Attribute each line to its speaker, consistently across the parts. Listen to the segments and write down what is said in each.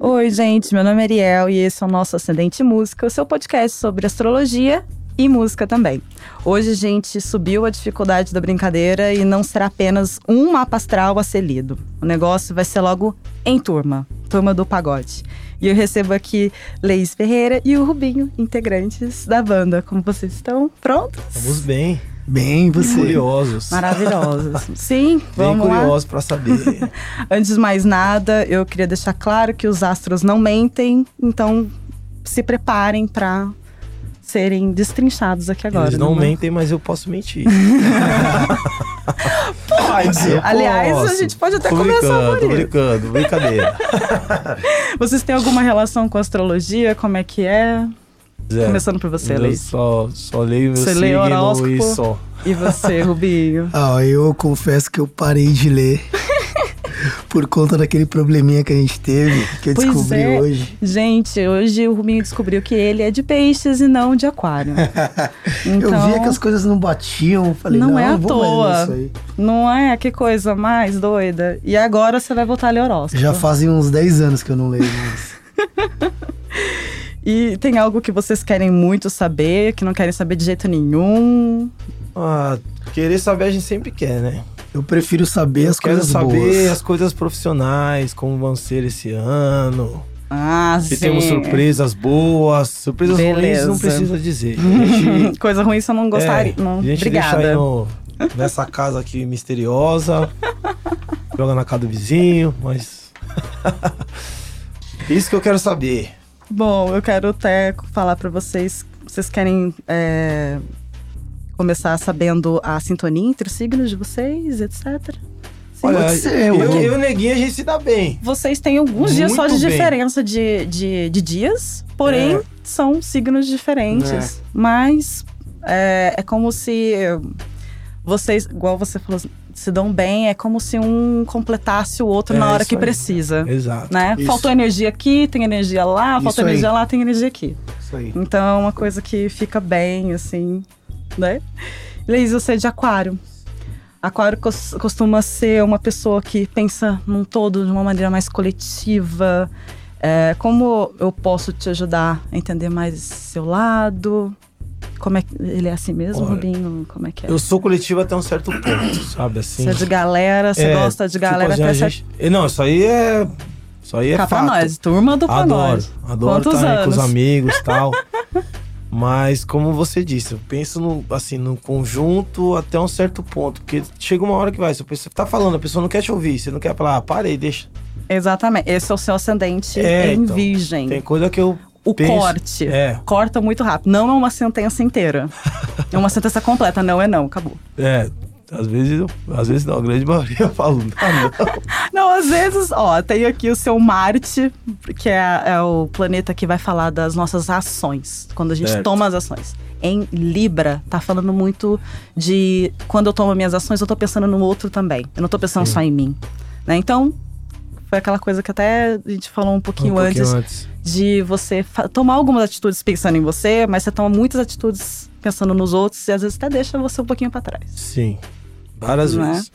Speaker 1: Oi, gente, meu nome é Ariel e esse é o nosso Ascendente Música, o seu podcast sobre astrologia e música também. Hoje a gente subiu a dificuldade da brincadeira e não será apenas um mapa astral a ser lido. O negócio vai ser logo em turma, turma do pagode. E eu recebo aqui Leis Ferreira e o Rubinho, integrantes da banda. Como vocês estão? Prontos?
Speaker 2: Vamos bem.
Speaker 3: Bem, você.
Speaker 2: Curiosos.
Speaker 1: Maravilhosos. Sim,
Speaker 2: Bem
Speaker 1: vamos lá.
Speaker 2: curiosos pra saber.
Speaker 1: Antes de mais nada, eu queria deixar claro que os astros não mentem, então se preparem para serem destrinchados aqui agora.
Speaker 2: Eles não
Speaker 1: né?
Speaker 2: mentem, mas eu posso mentir.
Speaker 3: Pode.
Speaker 2: Eu
Speaker 1: Aliás,
Speaker 2: posso.
Speaker 1: a gente pode até
Speaker 2: Tô
Speaker 1: começar
Speaker 2: brincando,
Speaker 1: por
Speaker 2: tô
Speaker 1: isso.
Speaker 2: brincando, brincadeira.
Speaker 1: Vocês têm alguma relação com astrologia? Como é que é?
Speaker 2: Zero.
Speaker 1: Começando por você,
Speaker 2: eu
Speaker 1: Leis.
Speaker 2: só, só leio meu
Speaker 1: Você lê
Speaker 2: signo
Speaker 1: horóscopo?
Speaker 2: e só.
Speaker 1: E você, Rubinho?
Speaker 3: Ah, eu confesso que eu parei de ler por conta daquele probleminha que a gente teve, que eu
Speaker 1: Pois
Speaker 3: descobri
Speaker 1: é.
Speaker 3: hoje.
Speaker 1: Gente, hoje o Rubinho descobriu que ele é de peixes e não de aquário. Então,
Speaker 3: eu via que as coisas não batiam, eu falei,
Speaker 1: Não
Speaker 3: não,
Speaker 1: é à
Speaker 3: não vou mais
Speaker 1: toa.
Speaker 3: ler isso
Speaker 1: não é? Que coisa mais doida. E agora você vai voltar a ler horóscopo.
Speaker 3: aí. Já fazem uns 10 anos que eu não leio né? mais.
Speaker 1: E tem algo que vocês querem muito saber, que não querem saber de jeito nenhum.
Speaker 2: Ah, querer saber a gente sempre quer, né?
Speaker 3: Eu prefiro saber
Speaker 2: eu
Speaker 3: as
Speaker 2: quero
Speaker 3: coisas
Speaker 2: saber
Speaker 3: boas.
Speaker 2: as coisas profissionais, como vão ser esse ano.
Speaker 1: Ah, sim.
Speaker 2: Se temos surpresas boas. Surpresas ruins
Speaker 1: Beleza.
Speaker 2: não precisa dizer. A gente
Speaker 1: Coisa ruim você não gostaria.
Speaker 2: É,
Speaker 1: não.
Speaker 2: A gente deixa
Speaker 1: Obrigada.
Speaker 2: aí no- nessa casa aqui misteriosa. joga na casa do vizinho, mas. Isso que eu quero saber.
Speaker 1: Bom, eu quero até falar pra vocês. Vocês querem é, começar sabendo a sintonia entre os signos de vocês, etc. Sim.
Speaker 3: Olha- pode ser,
Speaker 2: eu,
Speaker 3: mano.
Speaker 2: eu e o neguinho a gente se dá bem.
Speaker 1: Vocês têm alguns dias só
Speaker 2: Muito
Speaker 1: de
Speaker 2: bem.
Speaker 1: diferença de, de, de dias, porém
Speaker 2: É.
Speaker 1: são signos diferentes. Mas é, é como se vocês, igual você falou, se dão bem, é como se um completasse o outro
Speaker 2: É,
Speaker 1: na hora
Speaker 2: isso
Speaker 1: que
Speaker 2: aí.
Speaker 1: precisa.
Speaker 2: Exato.
Speaker 1: Né?
Speaker 3: Isso.
Speaker 1: Faltou energia aqui, tem energia lá,
Speaker 3: Isso
Speaker 1: faltou
Speaker 3: aí.
Speaker 1: energia lá, tem energia aqui.
Speaker 3: Isso aí.
Speaker 1: Então é uma coisa que fica bem, assim, né? Leis, você é de aquário. Aquário cos- costuma ser uma pessoa que pensa num todo de uma maneira mais coletiva. É, como eu posso te ajudar a entender mais esse seu lado? Como é que ele é assim mesmo,
Speaker 2: Olha,
Speaker 1: Rubinho? Como é que é?
Speaker 2: Eu sou coletivo até um certo ponto, sabe? Assim.
Speaker 1: Você é de galera, você
Speaker 2: É,
Speaker 1: gosta de
Speaker 2: tipo
Speaker 1: galera
Speaker 2: assim, a
Speaker 1: até certo.
Speaker 2: gente- Eh, Não, isso aí é. Isso aí é
Speaker 1: Cá pra
Speaker 2: fato.
Speaker 1: nós, turma do pra
Speaker 2: Adoro,
Speaker 1: nós.
Speaker 2: adoro
Speaker 1: Quantos
Speaker 2: estar aí com os
Speaker 1: anos?
Speaker 2: amigos e tal. Mas, como você disse, eu penso no, assim, no conjunto até um certo ponto. Porque chega uma hora que vai, se a pessoa tá falando, a pessoa não quer te ouvir, você não quer falar, ah, parei, deixa.
Speaker 1: Exatamente. Esse é o seu ascendente
Speaker 2: É,
Speaker 1: em
Speaker 2: então,
Speaker 1: virgem.
Speaker 2: Tem coisa que eu.
Speaker 1: O
Speaker 2: penso-
Speaker 1: corte.
Speaker 2: É,
Speaker 1: corta muito rápido. Não é uma sentença inteira. É uma sentença completa. Não é não, acabou.
Speaker 2: é. Às vezes, eu- às vezes não, a grande maioria eu falo, não, um não.
Speaker 1: Ah, Não, Um às vezes, ó, tem aqui o seu Marte, que é, é o planeta que vai falar das nossas ações, quando a gente
Speaker 2: Certo.
Speaker 1: toma as ações. Em Libra, tá falando muito de quando eu tomo minhas ações, eu tô pensando no outro também. Eu não tô pensando
Speaker 2: Sim.
Speaker 1: só em mim. Né? Então, foi aquela coisa que até a gente falou um pouquinho,
Speaker 2: Um pouquinho
Speaker 1: antes, de você fa- tomar algumas atitudes pensando em você, mas você toma muitas atitudes pensando nos outros e às vezes até deixa você um pouquinho pra trás.
Speaker 2: Sim. Várias
Speaker 1: Não é?
Speaker 2: vezes.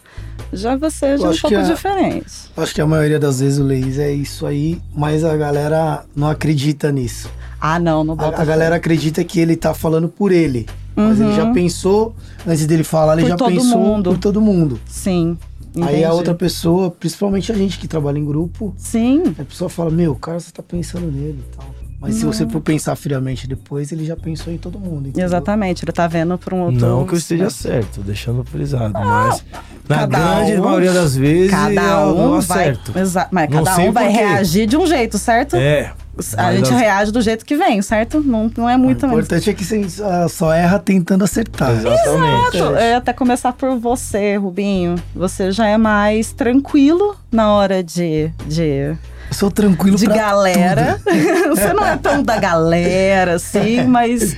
Speaker 1: Já você já é um
Speaker 3: acho que
Speaker 1: pouco
Speaker 3: a-
Speaker 1: diferente.
Speaker 3: Acho que a maioria das vezes o Leis é isso aí, mas a galera não acredita nisso.
Speaker 1: Ah, não, não bota.
Speaker 3: A, a galera acredita que ele tá falando por ele. Mas ele
Speaker 1: Uhum.
Speaker 3: já pensou, antes dele falar, ele
Speaker 1: Por
Speaker 3: já
Speaker 1: todo
Speaker 3: pensou
Speaker 1: mundo.
Speaker 3: por todo mundo.
Speaker 1: Sim.
Speaker 3: Aí a
Speaker 1: entendi.
Speaker 3: outra pessoa, principalmente a gente que trabalha em grupo,
Speaker 1: Sim.
Speaker 3: a pessoa fala, meu, cara, você tá pensando nele e tal. Mas se
Speaker 1: Uhum.
Speaker 3: você for pensar friamente depois, ele já pensou em todo mundo. entendeu?
Speaker 1: Exatamente, ele tá vendo por um outro.
Speaker 2: Não que eu esteja certo, deixando frisado, mas na
Speaker 1: Ah, cada
Speaker 2: grande
Speaker 1: um-
Speaker 2: maioria das vezes
Speaker 1: Cada
Speaker 2: eu
Speaker 1: um
Speaker 2: não
Speaker 1: vai,
Speaker 2: acerto.
Speaker 1: Exa- mas
Speaker 2: Não
Speaker 1: cada
Speaker 2: sei
Speaker 1: um vai
Speaker 2: por quê.
Speaker 1: reagir de um jeito, certo?
Speaker 2: É.
Speaker 1: a
Speaker 2: mas
Speaker 1: gente
Speaker 2: as-
Speaker 1: reage do jeito que vem, certo? Não, não é muito
Speaker 3: O
Speaker 1: também.
Speaker 3: importante é que você ah, só erra tentando acertar.
Speaker 2: Exatamente.
Speaker 1: Exato.
Speaker 3: É.
Speaker 1: Eu ia é, até começar por você, Rubinho. Você já é mais tranquilo na hora de, de
Speaker 3: Eu sou tranquilo
Speaker 1: de
Speaker 3: pra
Speaker 1: galera. você não é tão da galera, assim, mas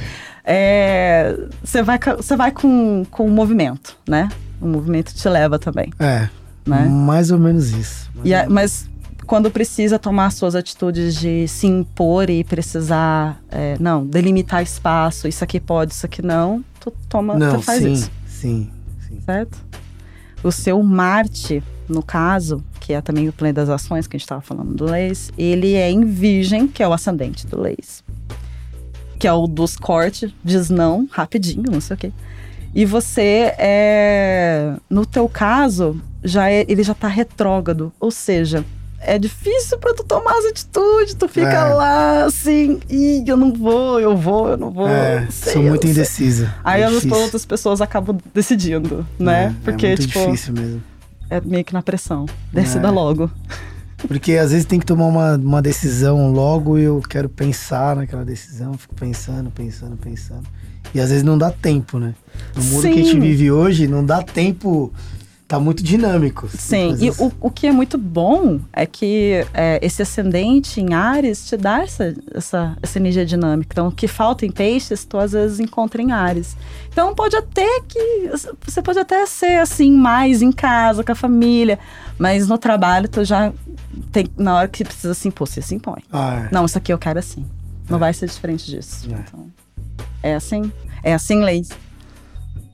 Speaker 1: é, você vai, ca- você vai com, com o movimento, né? O movimento te leva também,
Speaker 3: tudo. É,
Speaker 1: né?
Speaker 3: mais ou menos isso.
Speaker 1: E a- mas quando precisa tomar suas atitudes de se impor e precisar, é, não, delimitar espaço, isso aqui pode, isso aqui não, tu toma,
Speaker 3: Não,
Speaker 1: tu faz
Speaker 3: sim,
Speaker 1: isso
Speaker 3: sim, sim.
Speaker 1: certo? O seu Marte, no caso, que que é também o planeta das ações, que a gente estava falando do Leis, ele é em Virgem, que é o ascendente do Leis. Que é o dos cortes, diz não, rapidinho, não sei o quê. E você é. No teu caso, já é- ele já tá retrógrado. Ou seja, é difícil pra tu tomar as atitudes, tu fica
Speaker 3: É.
Speaker 1: lá assim, Ih, eu não vou, eu vou, eu não vou.
Speaker 3: É,
Speaker 1: não sei,
Speaker 3: sou
Speaker 1: eu
Speaker 3: muito
Speaker 1: não sei."
Speaker 3: indecisa.
Speaker 1: Aí
Speaker 3: é
Speaker 1: as
Speaker 3: difícil.
Speaker 1: outras pessoas acabam decidindo,
Speaker 3: É,
Speaker 1: né?
Speaker 3: é
Speaker 1: Porque,
Speaker 3: muito
Speaker 1: tipo,
Speaker 3: difícil mesmo.
Speaker 1: é meio que na pressão. Decida
Speaker 3: É.
Speaker 1: logo.
Speaker 3: Porque às vezes tem que tomar uma, uma decisão logo e eu quero pensar naquela decisão, fico pensando, pensando, pensando. E às vezes não dá tempo, né? No mundo que a gente
Speaker 1: Sim.
Speaker 3: vive hoje, não dá tempo. Tá muito dinâmico.
Speaker 1: Sim,
Speaker 3: Às
Speaker 1: e
Speaker 3: vezes-
Speaker 1: o, o que é muito bom é que é, esse ascendente em Ares te dá essa, essa, essa energia dinâmica. Então, o que falta em peixes, tu às vezes encontra em Ares. Então, pode até que. Você pode até ser assim, mais em casa, com a família, mas no trabalho, tu já tem. Na hora que precisa se impor, você se impõe.
Speaker 3: Ah, é.
Speaker 1: Não, isso aqui eu quero assim. Não
Speaker 2: É.
Speaker 1: vai ser diferente disso.
Speaker 3: É.
Speaker 1: Então, é assim? É assim, Leis?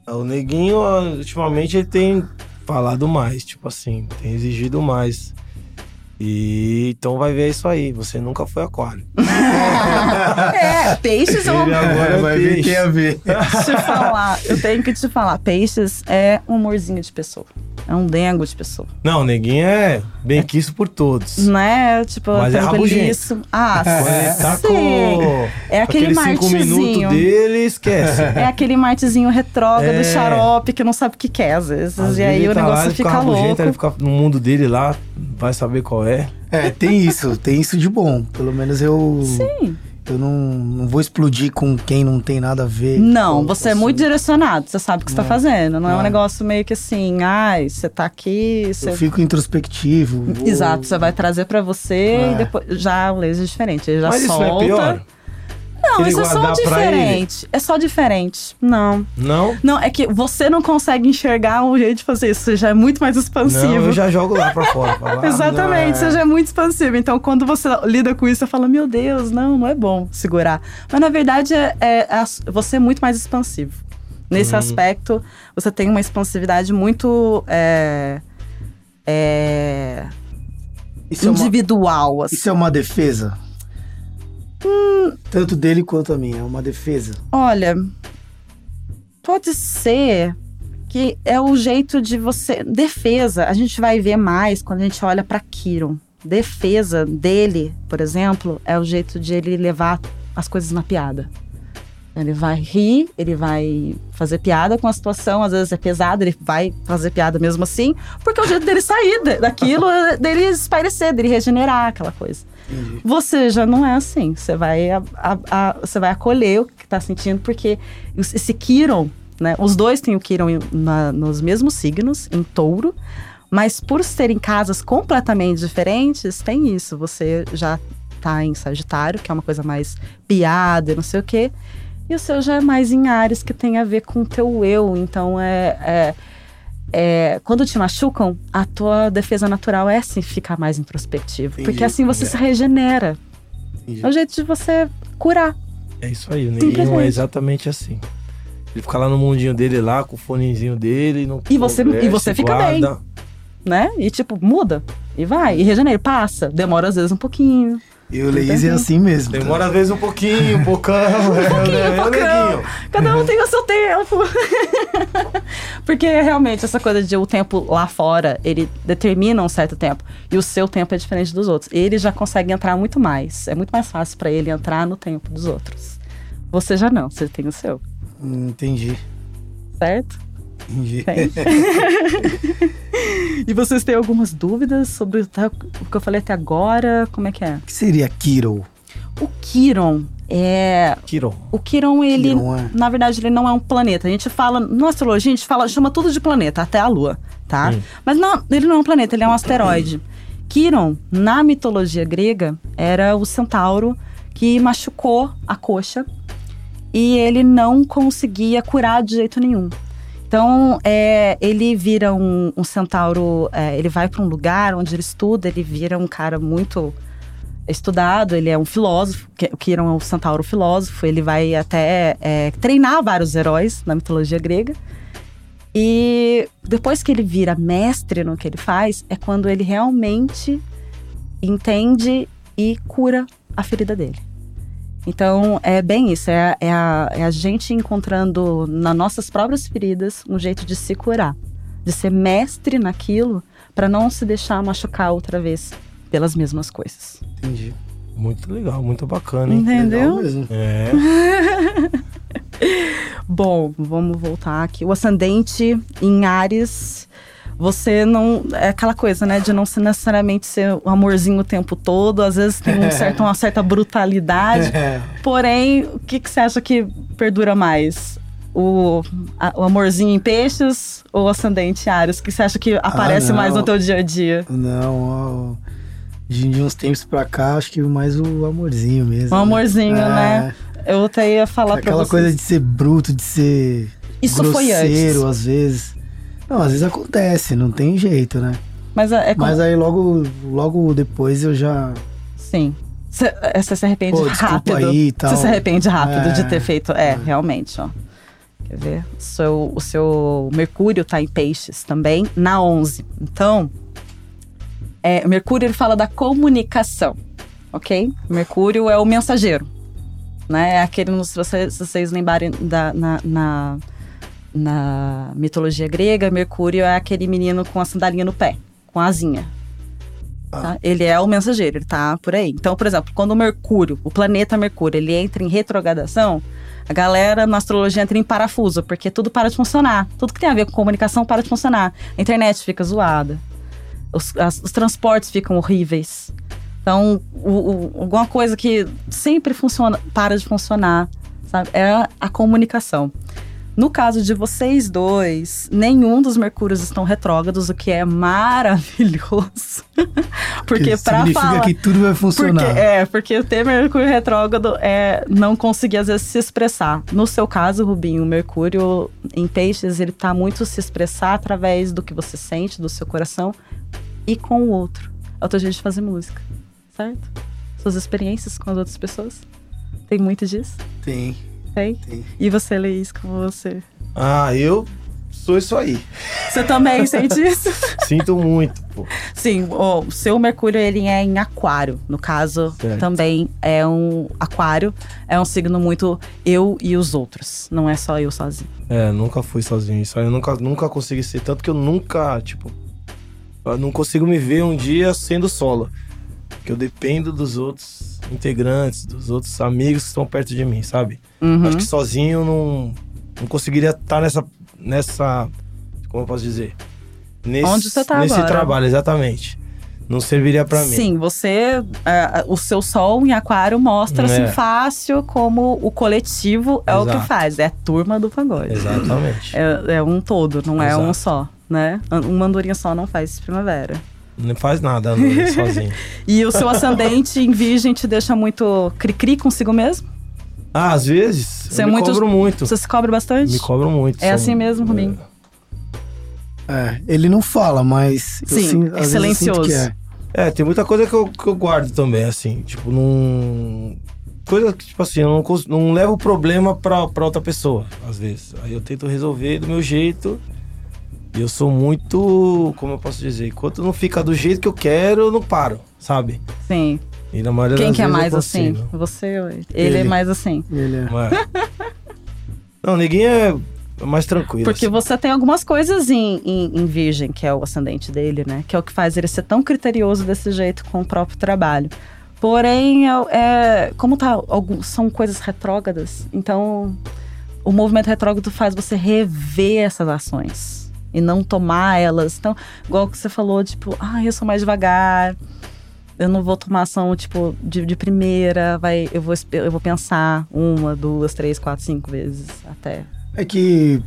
Speaker 2: O neguinho, ah, ultimamente, ele tem falado mais, tipo assim, tem exigido mais. E então vai ver isso aí. Você nunca foi aquário.
Speaker 1: é, peixes é uma
Speaker 2: Ele agora é
Speaker 3: vai ver,
Speaker 2: peixe.
Speaker 3: tem a ver.
Speaker 1: te falar, eu tenho que te falar. Peixes é um amorzinho de pessoa. É um dengo de pessoa.
Speaker 2: Não, o neguinho é bem quisto por todos.
Speaker 1: Não é, tipo,
Speaker 2: Mas é
Speaker 1: tranquiliço. Ah,
Speaker 2: Quando ele tá
Speaker 1: sim.
Speaker 2: com
Speaker 1: É aquele
Speaker 2: aqueles cinco
Speaker 1: martezinho.
Speaker 2: minutos dele, esquece.
Speaker 1: É aquele martezinho retrógrado,
Speaker 2: É.
Speaker 1: xarope, que não sabe o que quer, às vezes. e
Speaker 2: Às vezes
Speaker 1: aí
Speaker 2: ele
Speaker 1: o
Speaker 2: tá lá,
Speaker 1: negócio
Speaker 2: ele
Speaker 1: fica
Speaker 2: rabugento,
Speaker 1: louco.
Speaker 2: Ele fica no mundo dele lá, vai saber qual é.
Speaker 3: É, tem isso, tem isso de bom. Pelo menos eu.
Speaker 2: uh.
Speaker 1: Sim.
Speaker 3: Eu não, não vou explodir com quem não tem nada a ver.
Speaker 1: Não,
Speaker 3: Com-
Speaker 1: você é
Speaker 2: tá
Speaker 3: com-
Speaker 1: muito direcionado, você sabe o que você tá fazendo. Não é, um
Speaker 3: É.
Speaker 1: negócio meio que assim, ai, você tá aqui, você
Speaker 3: Eu fico introspectivo. vou-
Speaker 1: Exato, você vai trazer pra você
Speaker 3: É.
Speaker 1: e depois. Já o laser é diferente, ele já
Speaker 2: Mas
Speaker 1: solta.
Speaker 2: isso não é pior?
Speaker 1: Não,
Speaker 2: Ele
Speaker 1: isso é só
Speaker 2: guardar pra ele?
Speaker 1: diferente. É só diferente. Não.
Speaker 2: Não?
Speaker 1: Não, é que você não consegue enxergar um jeito de fazer isso. Você já é muito mais
Speaker 2: Não,
Speaker 1: expansivo.
Speaker 2: eu já jogo lá pra fora. pra lá.
Speaker 1: Exatamente,
Speaker 3: Ah.
Speaker 1: você já é muito expansivo. Então, quando você lida com isso, você fala: Meu Deus, não, não é bom segurar. Mas na verdade, é, é as- você é muito mais expansivo. Nesse
Speaker 3: Uhum.
Speaker 1: aspecto, você tem uma expansividade muito. é, é,
Speaker 3: Isso é, uma,
Speaker 1: individual, assim.
Speaker 3: isso é uma defesa? Hum, Tanto dele quanto a minha, é uma defesa.
Speaker 1: Olha, pode ser que é o jeito de você. Defesa, a gente vai ver mais quando a gente olha para Kiron. Defesa dele, por exemplo, é o jeito de ele levar as coisas na piada. Ele vai rir, ele vai fazer piada com a situação, às vezes é pesado, ele vai fazer piada mesmo assim, porque é o jeito dele sair da- daquilo, é dele espairecer, dele regenerar aquela coisa.
Speaker 3: Entendi.
Speaker 1: Você já não é assim. Você vai, a- a- a- você vai acolher o que tá sentindo, porque os- esse Kiron, né? Os dois têm o Kiron em- na- nos mesmos signos, em touro. Mas por serem casas completamente diferentes, tem isso. Você já tá em Sagitário, que é uma coisa mais piada, e não sei o quê. E o seu já é mais em Ares, que tem a ver com o teu eu. Então, é... é- é, quando te machucam, a tua defesa natural é assim, ficar mais introspectivo.
Speaker 3: Entendi. É.
Speaker 1: Porque assim você se regenera.
Speaker 3: Entendi.
Speaker 1: É um jeito de você curar.
Speaker 2: É isso aí, o neguinho é exatamente assim. Ele fica lá no mundinho dele, lá, com o fonezinho dele. Não
Speaker 1: E você- e você fica bem.
Speaker 2: bem.
Speaker 1: Né? E tipo, muda. E vai. E regenera. Passa. Demora às vezes um pouquinho.
Speaker 3: E o Leís é assim mesmo. tá?
Speaker 2: Demora às vezes um pouquinho, um pocão. Um
Speaker 1: pouquinho, um pocão.
Speaker 2: neguinho.
Speaker 1: Cada um tem o seu tempo. Porque realmente essa coisa de o tempo lá fora, ele determina um certo tempo. E o seu tempo é diferente dos outros. Ele já consegue entrar muito mais. É muito mais fácil pra ele entrar no tempo dos outros. Você já não. Você tem o seu.
Speaker 3: Hum, Entendi.
Speaker 1: Certo?
Speaker 3: Entendi.
Speaker 1: Tem. e vocês têm algumas dúvidas sobre o ta- o que eu falei até agora? Como é que é?
Speaker 3: O que seria Kiro?
Speaker 1: O Kiron é.
Speaker 2: Quiro.
Speaker 1: O Kiron, ele.
Speaker 3: Kiron, é.
Speaker 1: Na verdade, ele não é um planeta. A gente fala. Na astrologia, a gente fala, chama tudo de planeta, até a Lua, tá?
Speaker 2: Hum.
Speaker 1: Mas não, ele não é um planeta, ele é um asteroide. Kiron, na mitologia grega, era o centauro que machucou a coxa e ele não conseguia curar de jeito nenhum. Então, é, ele vira um, um centauro, é, ele vai para um lugar onde ele estuda, ele vira um cara muito estudado, ele é um filósofo, que- o Kiron é um centauro filósofo, ele vai até é, treinar vários heróis na mitologia grega. E depois que ele vira mestre no que ele faz, é quando ele realmente entende e cura a ferida dele. Então é bem isso, é, é a, é a gente encontrando nas nossas próprias feridas um jeito de se curar, de ser mestre naquilo para não se deixar machucar outra vez pelas mesmas coisas.
Speaker 3: Entendi.
Speaker 2: Muito legal, muito bacana, hein?
Speaker 1: Entendeu?
Speaker 3: Legal mesmo.
Speaker 2: É.
Speaker 1: Bom, vamos voltar aqui. O ascendente em Ares, você não. É aquela coisa, né? De não ser necessariamente ser o amorzinho o tempo todo. Às vezes tem um certo, uma certa brutalidade.
Speaker 3: É.
Speaker 1: Porém, o que, que você acha que perdura mais? O, a- o amorzinho em peixes ou o ascendente em Ares? O que você acha que aparece
Speaker 3: Ah, não.
Speaker 1: mais no teu dia a dia?
Speaker 3: Não, ó, de, de uns tempos pra cá, acho que mais o amorzinho mesmo.
Speaker 1: Um amorzinho,
Speaker 3: É,
Speaker 1: né? Eu até ia falar pra
Speaker 3: Aquela
Speaker 1: vocês.
Speaker 3: coisa de ser bruto, de ser
Speaker 1: Isso foi
Speaker 3: grosseiro,
Speaker 1: antes.
Speaker 3: às vezes. Não, às vezes acontece, não tem jeito, né?
Speaker 1: Mas é, é como-
Speaker 3: Mas aí logo, logo depois eu já.
Speaker 1: Sim. Você se arrepende
Speaker 3: Pô, desculpa
Speaker 1: rápido.
Speaker 3: aí e tal.
Speaker 1: Você se arrepende rápido
Speaker 3: É.
Speaker 1: de ter feito. É, realmente, ó. Quer ver? O seu, o seu Mercúrio tá em peixes também, na 11. Então, é, o Mercúrio ele fala da comunicação, ok? O Mercúrio é o mensageiro, né? É aquele, se vocês, se vocês lembrarem da, na, na, na mitologia grega, Mercúrio é aquele menino com a sandalinha no pé, com a asinha. tá? Ele é o mensageiro, ele tá por aí. Então, por exemplo, quando o Mercúrio, o planeta Mercúrio, ele entra em retrogradação, a galera na astrologia entra em parafuso, porque tudo para de funcionar. Tudo que tem a ver com comunicação para de funcionar. A internet fica zoada. Os, as- os transportes ficam horríveis. Então, o- o- alguma coisa que sempre funciona, para de funcionar, sabe? É a comunicação. No caso de vocês dois, nenhum dos Mercúrios estão retrógrados, o que é maravilhoso. porque
Speaker 3: que
Speaker 1: para
Speaker 3: significa
Speaker 1: falar.
Speaker 3: que tudo vai
Speaker 1: Porque,
Speaker 3: funcionar.
Speaker 1: é, porque ter Mercúrio retrógrado é não conseguir, às vezes, se expressar. No seu caso, Rubinho, o Mercúrio em peixes, ele tá muito se expressar através do que você sente, do seu coração e com o outro. É o teu jeito de fazer música, certo? Suas experiências com as outras pessoas. Tem muito disso?
Speaker 3: Tem.
Speaker 1: Tem?
Speaker 3: Tem.
Speaker 1: E você, Leís, como você?
Speaker 2: Ah, eu sou isso aí.
Speaker 1: Você também sente isso?
Speaker 2: Sinto muito, pô.
Speaker 1: Sim, ó, o seu Mercúrio ele é em aquário. No caso,
Speaker 2: Certo.
Speaker 1: também é um aquário. É um signo muito eu e os outros. Não é só eu sozinho.
Speaker 2: É, nunca fui sozinho. Isso aí eu nunca, nunca consegui ser. Tanto que eu nunca, tipo. Eu não consigo me ver um dia sendo solo. Que eu dependo dos outros integrantes, dos outros amigos que estão perto de mim, sabe?
Speaker 1: Uhum.
Speaker 2: Acho que sozinho eu não, não conseguiria estar nessa. nessa. Como eu posso dizer? Nesse,
Speaker 1: Onde você tá
Speaker 2: Nesse
Speaker 1: agora.
Speaker 2: trabalho, exatamente. Não serviria é pra mim.
Speaker 1: Sim, você. é, o seu sol em aquário mostra
Speaker 2: É.
Speaker 1: assim fácil como o coletivo é o que
Speaker 2: Exato.
Speaker 1: faz. É a turma do pagode.
Speaker 2: Exatamente.
Speaker 1: É, é um todo, não é um
Speaker 2: Exato.
Speaker 1: só, né? Uma andorinha só não faz primavera.
Speaker 2: Não faz nada não, sozinho.
Speaker 1: E o seu ascendente em virgem te deixa muito cri-cri consigo mesmo?
Speaker 2: Ah, às vezes.
Speaker 1: Você
Speaker 2: eu
Speaker 1: é
Speaker 2: me
Speaker 1: muito-
Speaker 2: cobro muito.
Speaker 1: Você se cobra bastante?
Speaker 2: Me cobro muito.
Speaker 1: É assim mesmo, Rubinho?
Speaker 3: É, ele não fala, mas. eu
Speaker 1: Sim,
Speaker 3: sinto- às
Speaker 1: é
Speaker 3: vezes eu sinto
Speaker 1: silencioso.
Speaker 3: que é.
Speaker 2: É, tem muita coisa que eu, que eu guardo também, assim. Tipo, não. Coisa que, tipo assim, eu não, cons- não levo o problema pra, pra outra pessoa, às vezes. Aí eu tento resolver do meu jeito. E eu sou muito. Como eu posso dizer? Enquanto não fica do jeito que eu quero, eu não paro, sabe?
Speaker 1: Sim.
Speaker 2: E na maioria
Speaker 1: Quem
Speaker 2: das
Speaker 1: que é
Speaker 2: vezes eu
Speaker 1: mais assim?
Speaker 2: consigo.
Speaker 1: Você ou ele? Ele
Speaker 3: Ele.
Speaker 1: é mais assim.
Speaker 3: Ele é.
Speaker 2: Mas- Não, ninguém é mais tranquilo.
Speaker 1: Porque
Speaker 2: assim.
Speaker 1: você tem algumas coisas em, em- em virgem, que é o ascendente dele, né? Que é o que faz ele ser tão criterioso desse jeito com o próprio trabalho. Porém, é- é- como tá, algum- são coisas retrógradas, então o movimento retrógrado faz você rever essas ações e não tomar elas. Então, igual que você falou, tipo, ah, eu sou mais devagar, eu não vou tomar ação, tipo, de, de primeira, vai, eu, vou, espe- eu vou pensar uma, duas, três, quatro, cinco vezes até.
Speaker 3: É que.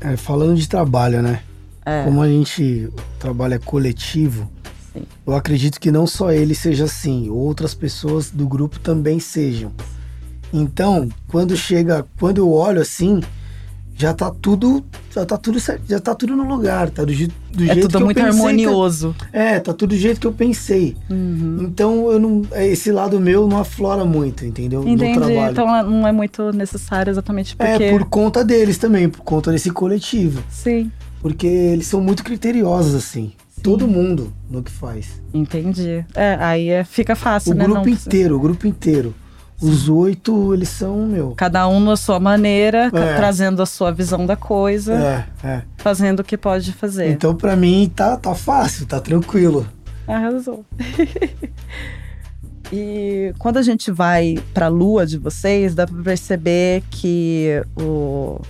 Speaker 3: é, falando de trabalho, né?
Speaker 1: É.
Speaker 3: Como a gente trabalha coletivo,
Speaker 1: Sim.
Speaker 3: eu acredito que não só ele seja assim, outras pessoas do grupo também sejam. Então, quando chega, quando eu olho assim, já tá tudo já tá tudo certo, já tá tudo no lugar, tá do, je- do
Speaker 1: É
Speaker 3: jeito que
Speaker 1: tudo
Speaker 3: eu
Speaker 1: muito
Speaker 3: pensei, tá-
Speaker 1: harmonioso.
Speaker 3: é, tá tudo do jeito que eu pensei. Então eu não, é, esse lado meu não aflora muito, entendeu? No
Speaker 1: Entendi.
Speaker 3: trabalho.
Speaker 1: Então ela não é muito necessário exatamente porque.
Speaker 3: É por conta deles também, por conta desse coletivo,
Speaker 1: Sim,
Speaker 3: porque eles são muito criteriosos assim. Todo mundo no que faz.
Speaker 1: entendi. É, aí é- fica fácil,
Speaker 3: O
Speaker 1: né?
Speaker 3: grupo
Speaker 1: Não precisa-
Speaker 3: inteiro, o grupo inteiro. Os oito, eles são meu.
Speaker 1: Cada um na sua maneira, ca-
Speaker 3: É.
Speaker 1: trazendo a sua visão da coisa,
Speaker 3: É, é.
Speaker 1: fazendo o que pode fazer. Ah,
Speaker 3: Então pra mim tá, tá fácil, tá tranquilo.
Speaker 1: Arrasou. e quando a gente vai pra lua de vocês, dá pra perceber que o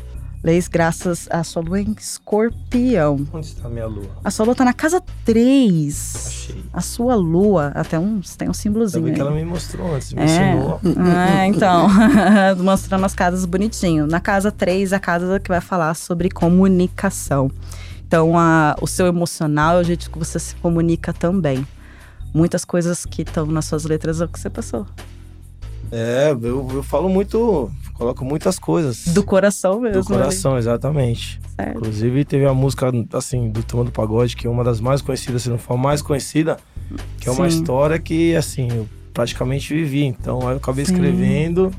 Speaker 1: Leis, graças à sua lua em escorpião.
Speaker 2: Onde está minha lua?
Speaker 1: A sua lua tá na casa 3.
Speaker 2: Achei.
Speaker 1: A sua lua, até uns, tem um símbolozinho.
Speaker 2: Também que
Speaker 1: aí.
Speaker 2: ela me mostrou antes, me
Speaker 1: É.
Speaker 2: ensinou.
Speaker 1: Ah, então, mostrando as casas bonitinho. Na casa 3, a casa que vai falar sobre comunicação. Então, a- o seu emocional é o jeito que você se comunica também. Muitas coisas que estão nas suas letras é o que você passou.
Speaker 2: É, eu, eu falo muito, coloco muitas coisas.
Speaker 1: Do coração mesmo.
Speaker 2: Do coração, exatamente.
Speaker 1: né? Certo.
Speaker 2: Inclusive, teve a música, assim, do Tomando Pagode, que é uma das mais conhecidas, se não for a mais conhecida, que é uma
Speaker 1: Sim.
Speaker 2: história que, assim, eu praticamente vivi. Então, aí eu acabei
Speaker 1: Sim.
Speaker 2: escrevendo,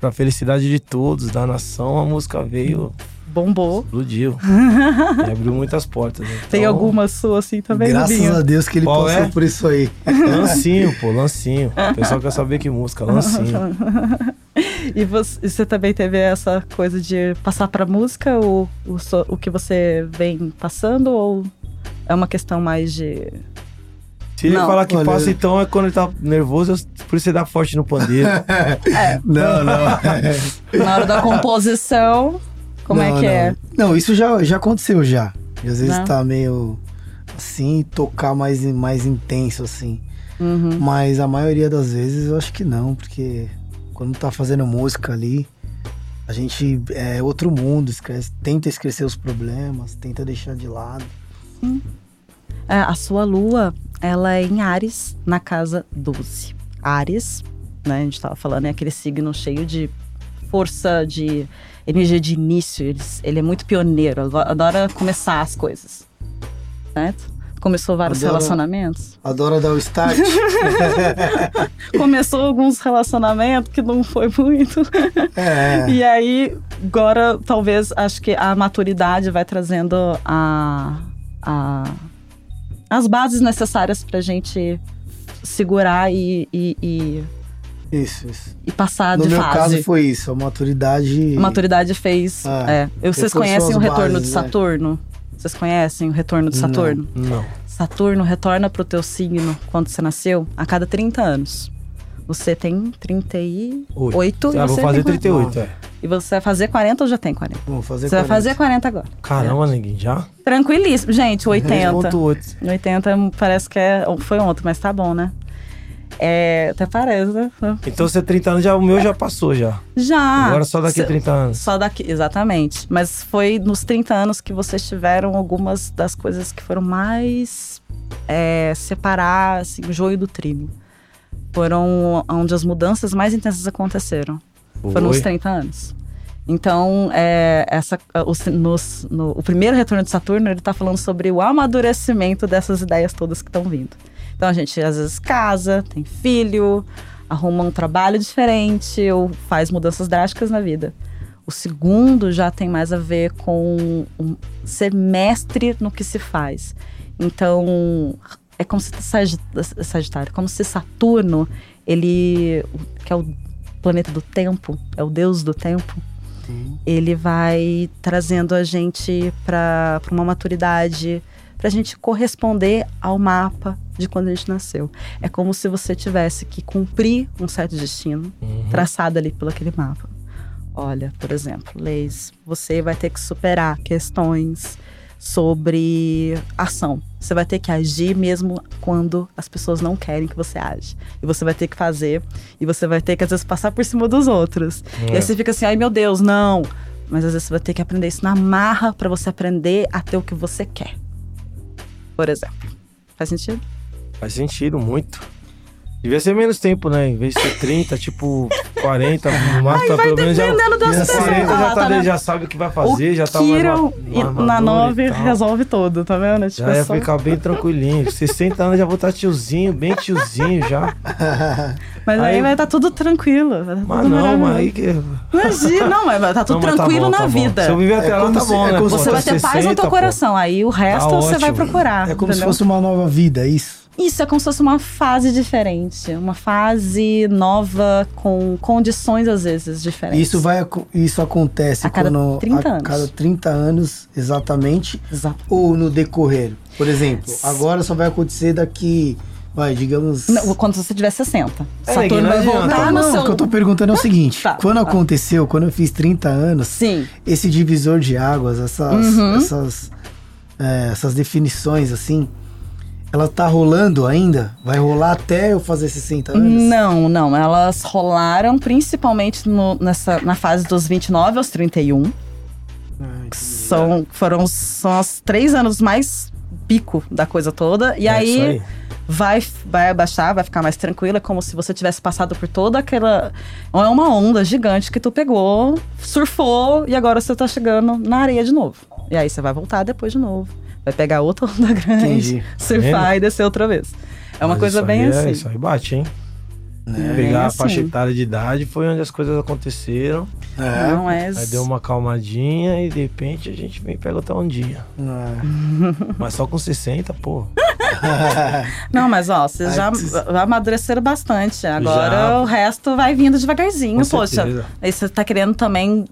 Speaker 2: pra felicidade de todos, da nação, a música veio,
Speaker 1: Bombou.
Speaker 2: explodiu. e abriu muitas portas. Então,
Speaker 1: Tem alguma sua assim também,
Speaker 3: Graças
Speaker 1: Rubinho?
Speaker 3: a Deus que ele
Speaker 2: Qual
Speaker 3: passou
Speaker 2: é?
Speaker 3: por isso aí.
Speaker 2: Lancinho, pô, lancinho. O pessoal quer saber que música,
Speaker 3: Assim.
Speaker 2: lancinho.
Speaker 1: e você, e você também teve essa coisa de passar pra música o, o, so- o que você vem passando ou é uma questão mais de.
Speaker 2: Se ele
Speaker 1: Não,
Speaker 2: falar que
Speaker 3: olha-
Speaker 2: passa, então, é quando ele tá nervoso, eu- por isso você dá forte no pandeiro. É.
Speaker 3: Não, não.
Speaker 1: Na hora da composição, como é
Speaker 3: Não,
Speaker 1: que
Speaker 3: não.
Speaker 1: é?
Speaker 3: Não, isso já, já aconteceu já. E às vezes
Speaker 1: Né?
Speaker 3: tá meio assim, tocar mais, mais intenso assim.
Speaker 1: Uhum.
Speaker 3: Mas a maioria das vezes eu acho que não, porque quando tá fazendo música ali, a gente é outro mundo, esquece, tenta esquecer os problemas, tenta deixar de lado.
Speaker 1: É, a sua lua, ela é em Ares, na casa 12. Ares, né? A gente tava falando, é aquele signo cheio de força, de energia de início. Ele, ele é muito pioneiro, ado- adora começar as coisas. Certo? Começou vários
Speaker 3: Adora-
Speaker 1: relacionamentos.
Speaker 3: Adora dar o start.
Speaker 1: Começou alguns relacionamentos que não foi muito.
Speaker 3: é,
Speaker 1: E aí, agora, talvez, acho que a maturidade vai trazendo a, a- as bases necessárias pra gente segurar e, e, e-
Speaker 3: isso, isso.
Speaker 1: e passar
Speaker 3: no
Speaker 1: Tá de
Speaker 3: meu
Speaker 1: fase.
Speaker 3: caso foi isso, a maturidade.
Speaker 1: A maturidade fez.
Speaker 3: É,
Speaker 1: é. Eu- Vocês
Speaker 3: reforçou
Speaker 1: conhecem
Speaker 3: as
Speaker 1: o retorno
Speaker 3: bases,
Speaker 1: de
Speaker 3: né?
Speaker 1: Saturno? Vocês conhecem o retorno de
Speaker 3: Não.
Speaker 1: Saturno?
Speaker 2: Não.
Speaker 1: Saturno retorna pro teu signo quando você nasceu a cada 30 anos. Você tem 38 e,
Speaker 2: Ah,
Speaker 1: você
Speaker 2: vou fazer
Speaker 1: tem 40.
Speaker 2: 38, é.
Speaker 1: e você vai fazer 40 ou já tem 40?
Speaker 3: Vamos fazer
Speaker 1: Você vai
Speaker 3: 40.
Speaker 1: fazer 40 agora.
Speaker 2: Caramba, ninguém já?
Speaker 1: Tranquilíssimo. Gente, 80.
Speaker 2: 3.8.
Speaker 1: 80 parece que é, foi ontem, mas tá bom, né? É, até parece, né?
Speaker 2: Então você 30 anos já, o meu já passou já.
Speaker 1: Já.
Speaker 2: Agora só daqui
Speaker 1: Ah. Cê-
Speaker 2: 30 anos.
Speaker 1: Só daqui, exatamente. Mas foi nos 30 anos que vocês tiveram algumas das coisas que foram mais é, separar assim, o joio do trigo. Foram onde as mudanças mais intensas aconteceram. Foram
Speaker 2: Foi.
Speaker 1: os 30 anos. Então, é, essa, o, nos- no- o primeiro retorno de Saturno, ele tá falando sobre o amadurecimento dessas ideias todas que estão vindo. Então, a gente às vezes casa, tem filho, arruma um trabalho diferente ou faz mudanças drásticas na vida. O segundo já tem mais a ver com um ser mestre no que se faz. Então, é como se Sagi- Sagitário, como se Saturno, ele, que é o planeta do tempo, é o deus do tempo,
Speaker 3: Sim.
Speaker 1: ele vai trazendo a gente para uma maturidade, para a gente corresponder ao mapa de quando a gente nasceu. É como se você tivesse que cumprir um certo destino
Speaker 2: Uhum.
Speaker 1: traçado ali pelo aquele mapa. Olha, por exemplo, leis, você vai ter que superar questões sobre ação. Você vai ter que agir mesmo quando as pessoas não querem que você age. E você vai ter que fazer, e você vai ter que às vezes passar por cima dos outros. E aí
Speaker 2: É.
Speaker 1: você fica assim, ai meu Deus, não. Mas às vezes você vai ter que aprender isso na marra pra você aprender a ter o que você quer. Por exemplo. Faz sentido?
Speaker 2: Faz sentido muito. Devia ser menos tempo, né? Em vez de ser 30, tipo, 40, mata
Speaker 1: vai
Speaker 2: tá pelo menos já.
Speaker 1: dependendo do
Speaker 3: já
Speaker 1: assunto.
Speaker 3: sei,
Speaker 2: 40 já, tá,
Speaker 1: tá, né?
Speaker 2: já sabe o que vai fazer, já tá
Speaker 1: Kiron
Speaker 2: mais
Speaker 1: e-
Speaker 2: ma- mais
Speaker 1: na
Speaker 2: maduro e
Speaker 1: 9
Speaker 2: tal.
Speaker 1: resolve todo, tá vendo? Tipo,
Speaker 2: Já
Speaker 1: é
Speaker 2: ia
Speaker 1: só-
Speaker 2: ficar bem tranquilinho. 60 anos já vou estar tiozinho, bem tiozinho já.
Speaker 3: É
Speaker 1: Mas aí,
Speaker 2: aí-
Speaker 1: vai estar tudo tranquilo. Vai tá tudo
Speaker 2: Mas não, mas
Speaker 1: maravilhoso.
Speaker 2: aí que.
Speaker 1: Imagina, não, mas vai estar
Speaker 2: Não,
Speaker 1: Tá tudo
Speaker 2: mas tá
Speaker 1: tranquilo
Speaker 2: bom,
Speaker 1: na
Speaker 2: tá bom.
Speaker 1: vida.
Speaker 2: Se eu viver até
Speaker 3: É
Speaker 2: lá,
Speaker 3: como
Speaker 2: tá
Speaker 3: se-
Speaker 2: bom,
Speaker 3: é
Speaker 2: né? pô?
Speaker 3: como se-
Speaker 1: Você
Speaker 2: Tá
Speaker 1: vai ter paz no
Speaker 2: 60,
Speaker 1: teu
Speaker 2: pô.
Speaker 1: coração, aí o resto
Speaker 2: Tá
Speaker 1: você vai
Speaker 2: ótimo.
Speaker 1: procurar.
Speaker 3: É como se
Speaker 1: entendeu?
Speaker 3: fosse uma nova vida, é isso?
Speaker 1: Isso é como se fosse uma fase diferente, uma fase nova com condições às vezes
Speaker 3: E
Speaker 1: diferentes.
Speaker 3: Isso, vai, aco- isso acontece
Speaker 1: A cada
Speaker 3: quando,
Speaker 1: 30
Speaker 3: a
Speaker 1: anos.
Speaker 3: cada 30 anos, exatamente,
Speaker 1: Exato.
Speaker 3: ou no decorrer. Por exemplo, agora só vai acontecer daqui, vai, digamos...
Speaker 1: Não, quando você tiver 60.
Speaker 2: É, que
Speaker 1: Saturno
Speaker 2: não
Speaker 1: vai
Speaker 2: adianta.
Speaker 1: voltar
Speaker 3: Não,
Speaker 1: no
Speaker 3: não,
Speaker 1: seu.
Speaker 3: o que eu tô perguntando é o seguinte,
Speaker 1: Tá.
Speaker 3: quando
Speaker 1: Ah.
Speaker 3: aconteceu, quando eu fiz 30 anos,
Speaker 1: Sim.
Speaker 3: esse divisor de águas, essas,
Speaker 1: Uhum.
Speaker 3: essas, é, essas definições assim, ela tá rolando ainda? Vai rolar até eu fazer 60 anos?
Speaker 1: Não, não. Elas rolaram principalmente no- nessa, na fase dos 29 aos 31.
Speaker 3: Ah,
Speaker 1: que São, foram são os três anos mais pico da coisa toda. E
Speaker 2: É
Speaker 1: aí,
Speaker 2: isso
Speaker 1: vai, vai abaixar, vai ficar mais tranquila, como se você tivesse passado por toda aquela. É uma onda gigante que tu pegou, surfou e agora você tá chegando na areia de novo. E aí você vai voltar depois de novo. Vai pegar outra onda grande,
Speaker 3: Entendi.
Speaker 1: surfar e descer outra vez. É uma
Speaker 2: Tá Mas
Speaker 1: coisa
Speaker 2: isso
Speaker 1: bem
Speaker 2: aí é-
Speaker 1: assim.
Speaker 2: Isso aí bate, hein?
Speaker 1: É bem
Speaker 2: Pegar a
Speaker 1: assim.
Speaker 2: faixa etária de idade foi onde as coisas aconteceram.
Speaker 3: É,
Speaker 1: Não é.
Speaker 2: Aí deu uma calmadinha e de repente a gente vem e pega outra ondinha.
Speaker 3: é.
Speaker 2: Mas só com 60, pô.
Speaker 3: Ah,
Speaker 1: Não, mas ó, vocês
Speaker 3: Ai,
Speaker 1: já
Speaker 3: que-
Speaker 1: já amadureceram bastante. Agora
Speaker 2: Já.
Speaker 1: o resto vai vindo
Speaker 2: Com
Speaker 1: devagarzinho, poxa.
Speaker 2: certeza.
Speaker 1: Aí você tá querendo também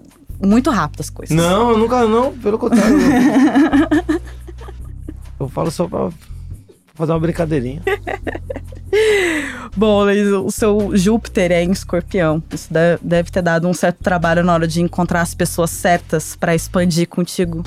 Speaker 1: muito rápido as coisas.
Speaker 2: Não, eu nunca não, pelo contrário. eu- eu falo só pra fazer uma brincadeirinha.
Speaker 1: Bom, Leis, o seu Júpiter é em escorpião. Isso de- deve ter dado um certo trabalho na hora de encontrar as pessoas certas pra expandir contigo.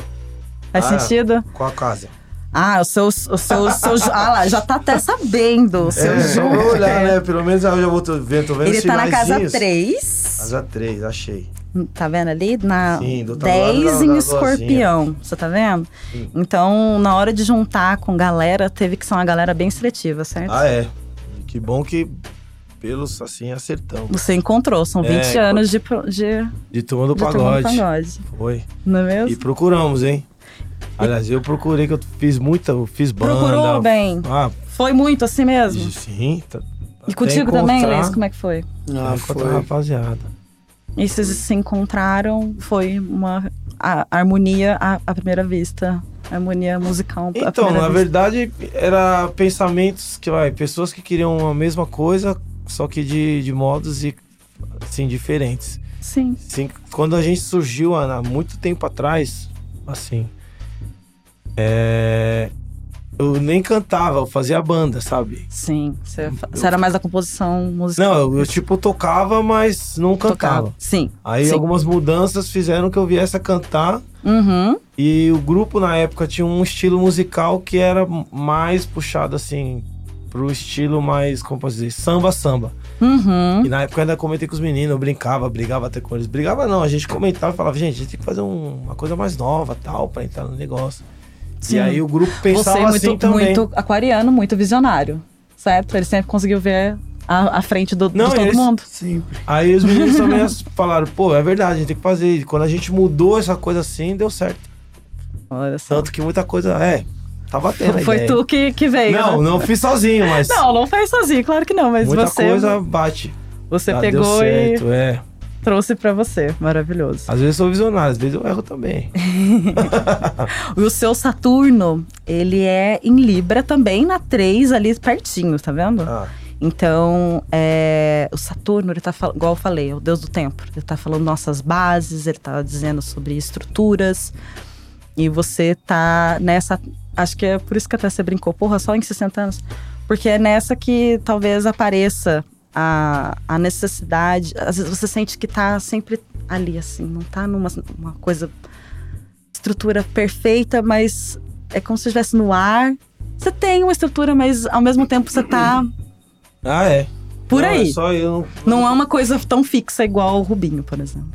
Speaker 1: Faz
Speaker 2: Ah.
Speaker 1: sentido?
Speaker 2: Com a casa.
Speaker 1: Ah, o seu. O seu, o seu Ju- ah lá, já tá até sabendo. O seu
Speaker 2: É, só
Speaker 1: Júpiter.
Speaker 2: vou olhar, né? Pelo menos eu já vou tô vendo, tô vendo
Speaker 1: Ele tá na casa
Speaker 2: sinaizinhos.
Speaker 1: 3.
Speaker 2: Casa 3, achei.
Speaker 1: Tá vendo ali? Na
Speaker 2: Sim, do outro lado
Speaker 1: 10
Speaker 2: da-
Speaker 1: em
Speaker 2: da
Speaker 1: escorpião. Você tá vendo?
Speaker 2: Sim.
Speaker 1: Então, na hora de juntar com galera, teve que ser uma galera bem seletiva, certo?
Speaker 2: Ah, é. E Que bom que pelos assim acertamos.
Speaker 1: Você encontrou, são
Speaker 2: É,
Speaker 1: 20
Speaker 2: enquanto-
Speaker 1: anos de, pro- de, de
Speaker 2: De turma do
Speaker 1: turma do
Speaker 2: pagode.
Speaker 1: pagode.
Speaker 2: Foi.
Speaker 1: Não é mesmo?
Speaker 2: E procuramos, hein? Aliás, eu procurei, que eu fiz muita, eu fiz banda.
Speaker 1: Procurou bem.
Speaker 2: Ah,
Speaker 1: Foi muito assim mesmo?
Speaker 2: sim. tá-
Speaker 1: E
Speaker 2: até
Speaker 1: contigo também,
Speaker 2: encontrar-
Speaker 1: Leis? Como é que foi?
Speaker 3: Ah,
Speaker 2: até encontrar a
Speaker 3: foi.
Speaker 2: rapaziada.
Speaker 1: E vocês se encontraram, foi uma a- harmonia à, à primeira vista. Harmonia musical. à
Speaker 2: Então,
Speaker 1: primeira
Speaker 2: na
Speaker 1: vista.
Speaker 2: verdade, era pensamentos que, vai, pessoas que queriam a mesma coisa, só que de, de modos e, assim, diferentes.
Speaker 1: Sim.
Speaker 2: Sim, quando a gente surgiu há há muito tempo atrás, assim. é, eu nem cantava, eu fazia banda, sabe?
Speaker 1: Sim. Você, fa- você era mais da composição musical.
Speaker 2: Não, eu, eu, tipo tocava, mas não cantava.
Speaker 1: Sim.
Speaker 2: Aí
Speaker 1: Sim.
Speaker 2: algumas mudanças fizeram que eu viesse a cantar.
Speaker 1: Uhum.
Speaker 2: E o grupo na época tinha um estilo musical que era mais puxado assim pro estilo mais, como posso dizer, samba samba.
Speaker 1: Uhum.
Speaker 2: E na época eu ainda comentei com os meninos, eu brincava, brigava até com eles. Brigava não, a gente comentava e falava, gente, a gente tem que fazer um- uma coisa mais nova, tal, pra entrar no negócio.
Speaker 1: Sim.
Speaker 2: E aí o grupo
Speaker 1: Você
Speaker 2: pensava
Speaker 1: é muito,
Speaker 2: assim também.
Speaker 1: muito aquariano, muito visionário. Certo? Ele sempre conseguiu ver a, a frente do,
Speaker 2: Não,
Speaker 1: de todo
Speaker 2: eles-
Speaker 1: mundo.
Speaker 3: Sempre.
Speaker 2: Aí os meninos também as- falaram, pô, é verdade, a gente tem que fazer. E quando a gente mudou essa coisa assim, deu certo.
Speaker 1: Olha só.
Speaker 2: Tanto que muita coisa, é, tá batendo a
Speaker 1: Foi
Speaker 2: ideia.
Speaker 1: tu que, que veio. né?
Speaker 2: Não, não fiz sozinho, mas
Speaker 1: Não, não fez sozinho, claro que não, mas
Speaker 2: muita
Speaker 1: você,
Speaker 2: coisa bate.
Speaker 1: você
Speaker 2: Ah,
Speaker 1: pegou
Speaker 2: deu
Speaker 1: e
Speaker 2: certo, é.
Speaker 1: trouxe pra você. Maravilhoso.
Speaker 2: Às vezes eu sou visionário, às vezes eu erro também.
Speaker 1: E o seu Saturno, ele é em Libra também, na 3 ali pertinho, tá vendo?
Speaker 2: Ah,
Speaker 1: Então, é, o Saturno, ele tá falando, igual eu falei, é o deus do tempo. Ele tá falando nossas bases, ele tá dizendo sobre estruturas. E você tá nessa. Acho que é por isso que até você brincou, porra, só em 60 anos. Porque é nessa que talvez apareça a, a necessidade. Às vezes você sente que tá sempre ali, assim, não tá numa uma coisa. estrutura perfeita, mas é como se estivesse no ar. Você tem uma estrutura, mas ao mesmo tempo você tá
Speaker 2: ah é.
Speaker 1: por
Speaker 2: Não, é
Speaker 1: aí.
Speaker 2: só eu não assim.
Speaker 1: Não é uma coisa tão fixa igual o Rubinho, por exemplo.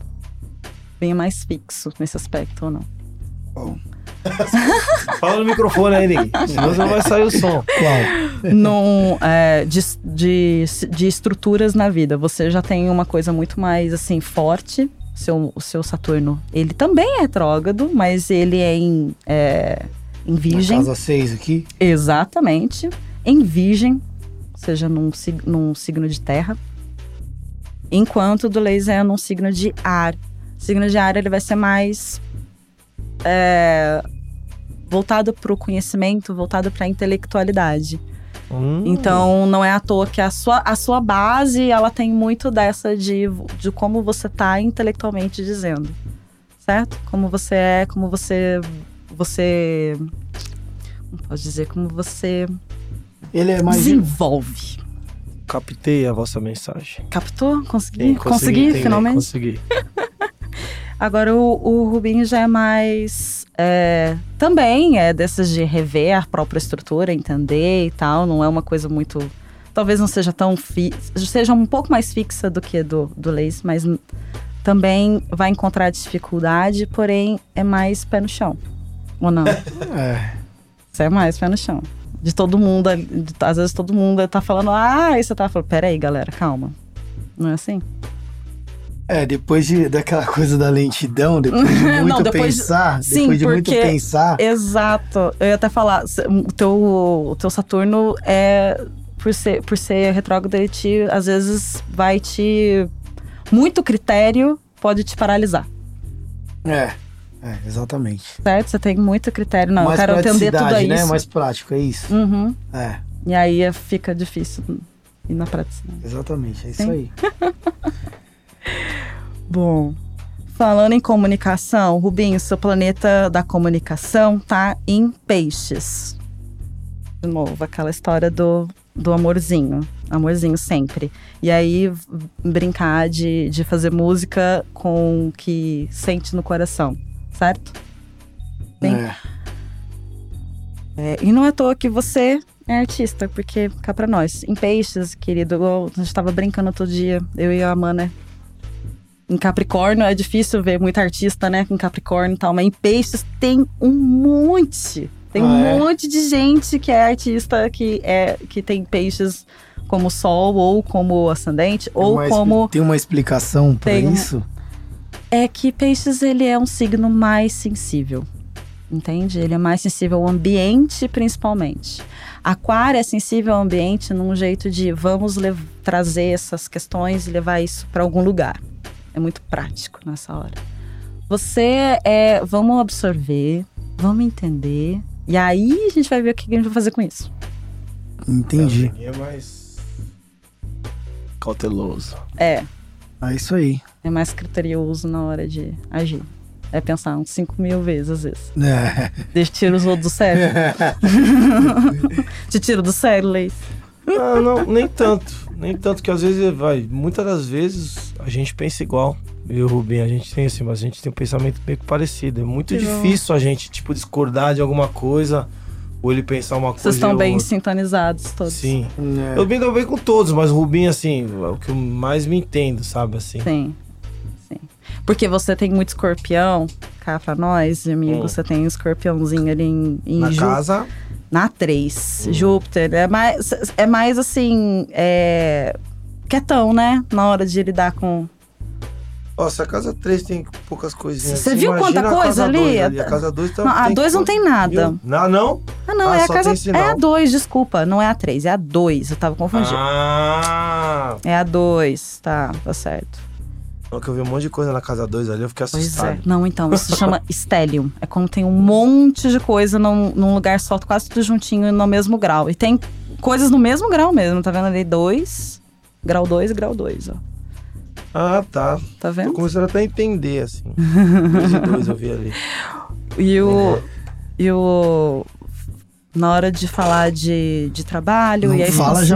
Speaker 1: Bem mais fixo nesse aspecto, ou não?
Speaker 3: Bom.
Speaker 2: Fala no microfone aí, Nick. Senão não vai sair o som.
Speaker 3: Qual?
Speaker 1: num, é, de, de, de estruturas na vida. Você já tem uma coisa muito mais assim forte. Seu, o seu Saturno, ele também é retrógrado, mas ele é em, é, em Virgem.
Speaker 3: Casa 6 aqui.
Speaker 1: Exatamente. Em Virgem, ou seja, num, sig- num signo de terra. Enquanto o do Leis é num signo de ar. Signo de ar, ele vai ser mais é, voltado para o conhecimento, voltado para a intelectualidade.
Speaker 2: Hum.
Speaker 1: Então, não é à toa que a sua, a sua base, ela tem muito dessa de, de como você tá intelectualmente dizendo, certo? Como você é, como você... você como posso dizer? Como você
Speaker 3: Ele é mais.
Speaker 1: desenvolve.
Speaker 2: Captei a vossa mensagem.
Speaker 1: Captou? Consegui?
Speaker 2: Sim,
Speaker 1: consegui, finalmente?
Speaker 2: Consegui.
Speaker 1: Agora o, o Rubinho já é mais. é, também é dessas de rever a própria estrutura, entender e tal. Não é uma coisa muito. Talvez não seja tão fixa. Seja um pouco mais fixa do que do, do Leis, mas n- também vai encontrar dificuldade, porém é mais pé no chão. Ou não?
Speaker 3: É.
Speaker 1: Você é mais pé no chão. De todo mundo, ali- de- às vezes todo mundo tá falando, ah, e você tá falando, peraí, galera, calma. Não é assim?
Speaker 3: É, depois de, daquela coisa da lentidão, depois de muito
Speaker 1: Uhum, Não, depois de-
Speaker 3: pensar,
Speaker 1: Sim,
Speaker 3: depois de muito
Speaker 1: porque-
Speaker 3: pensar,
Speaker 1: Exato. Eu ia até falar, se- o teu, o teu Saturno é. Por ser, por ser retrógrado, ele te, às vezes vai te. Muito critério pode te paralisar,
Speaker 3: é, é, exatamente.
Speaker 1: certo? Você tem muito critério. Não,
Speaker 3: Mais
Speaker 1: eu quero atender tudo a
Speaker 3: praticidade,
Speaker 1: isso.
Speaker 3: né? Mais prático, é isso?
Speaker 1: Uhum.
Speaker 3: É,
Speaker 1: E aí é- fica difícil ir na praticidade.
Speaker 3: exatamente, é isso
Speaker 1: Sim.
Speaker 3: aí.
Speaker 1: Bom. Falando em comunicação, Rubinho, seu planeta da comunicação tá em peixes. De novo, aquela história do, do amorzinho. Amorzinho sempre. E aí, v- brincar de, de fazer música com o que sente no coração, certo? Sim.
Speaker 3: É.
Speaker 1: É, e não é à toa que você é artista, porque cá pra nós. Em peixes, querido, igual a gente tava brincando outro dia, eu e a Mana. Em Capricórnio é difícil ver muito artista, né? Com Capricórnio e tal, mas em peixes tem um monte. Tem um
Speaker 3: Ah, é?
Speaker 1: monte de gente que é artista, que, é, que tem peixes como sol, ou como ascendente, ou
Speaker 3: Tem uma expli-
Speaker 1: como.
Speaker 3: Tem uma explicação pra
Speaker 1: Tem um-
Speaker 3: isso?
Speaker 1: É que peixes, ele é um signo mais sensível. Entende? Ele é mais sensível ao ambiente, principalmente. Aquário é sensível ao ambiente num jeito de vamos lev- trazer essas questões e levar isso para algum lugar. É muito prático nessa hora. Você é, vamos absorver, vamos entender, e aí a gente vai ver o que a gente vai fazer com isso.
Speaker 3: Entendi.
Speaker 2: É mais. cauteloso.
Speaker 1: É,
Speaker 3: É isso aí.
Speaker 1: é mais criterioso na hora de agir. É pensar uns 5 mil vezes às vezes.
Speaker 3: É.
Speaker 1: Deixa tira os outros do sério. Te tiro do sério, Leis.
Speaker 2: Ah, não, nem tanto. Nem tanto que às vezes vai. Muitas das vezes a gente pensa igual. Eu e o Rubinho, a gente tem assim, mas a gente tem um pensamento meio que parecido. É muito
Speaker 1: Que bom.
Speaker 2: difícil a gente, tipo, discordar de alguma coisa ou ele pensar uma coisa.
Speaker 1: Vocês estão
Speaker 2: e eu
Speaker 1: bem
Speaker 2: outra.
Speaker 1: sintonizados todos.
Speaker 2: Sim.
Speaker 3: É.
Speaker 2: Eu me dou bem com todos, mas o Rubinho, assim, é o que eu mais me entendo, sabe? Assim.
Speaker 1: Sim. Sim. Porque você tem muito escorpião, cá pra nós, amigo.
Speaker 2: Hum.
Speaker 1: Você tem um escorpiãozinho ali em, em
Speaker 2: Na
Speaker 1: Ju-
Speaker 2: casa, Hum.
Speaker 1: Na 3. Júpiter. É mais, é mais assim. É... Quietão, né? Na hora de lidar com.
Speaker 2: ó, se a casa 3 tem poucas coisinhas.
Speaker 1: Cê
Speaker 2: assim,
Speaker 1: viu
Speaker 2: imagina
Speaker 1: quanta
Speaker 2: a casa
Speaker 1: coisa ali?
Speaker 2: dois A casa 2 tá.
Speaker 1: Não, a 2 não tem nada.
Speaker 2: Mil- Não, não?
Speaker 1: Ah, não,
Speaker 2: Ah,
Speaker 1: é a
Speaker 2: só
Speaker 1: casa.
Speaker 2: tem sinal.
Speaker 1: É a 2, desculpa. Não é a 3, é a 2. Eu tava confundindo.
Speaker 2: Ah!
Speaker 1: É a 2, tá, tá certo.
Speaker 2: Só que eu vi um monte de coisa na casa 2 ali, eu fiquei
Speaker 1: Pois
Speaker 2: assustado.
Speaker 1: é. Não, então, isso se chama stellium. É quando tem um monte de coisa num, num lugar só, quase tudo juntinho no mesmo grau. E tem coisas no mesmo grau mesmo, tá vendo ali? Dois, grau dois, grau dois, ó.
Speaker 2: Ah, tá.
Speaker 1: Tá
Speaker 2: Tô
Speaker 1: vendo?
Speaker 2: começando até a entender, assim. dois e dois eu vi ali.
Speaker 1: E o. E o. Na hora de falar de, de trabalho
Speaker 3: Não
Speaker 1: e a
Speaker 3: fala japonês em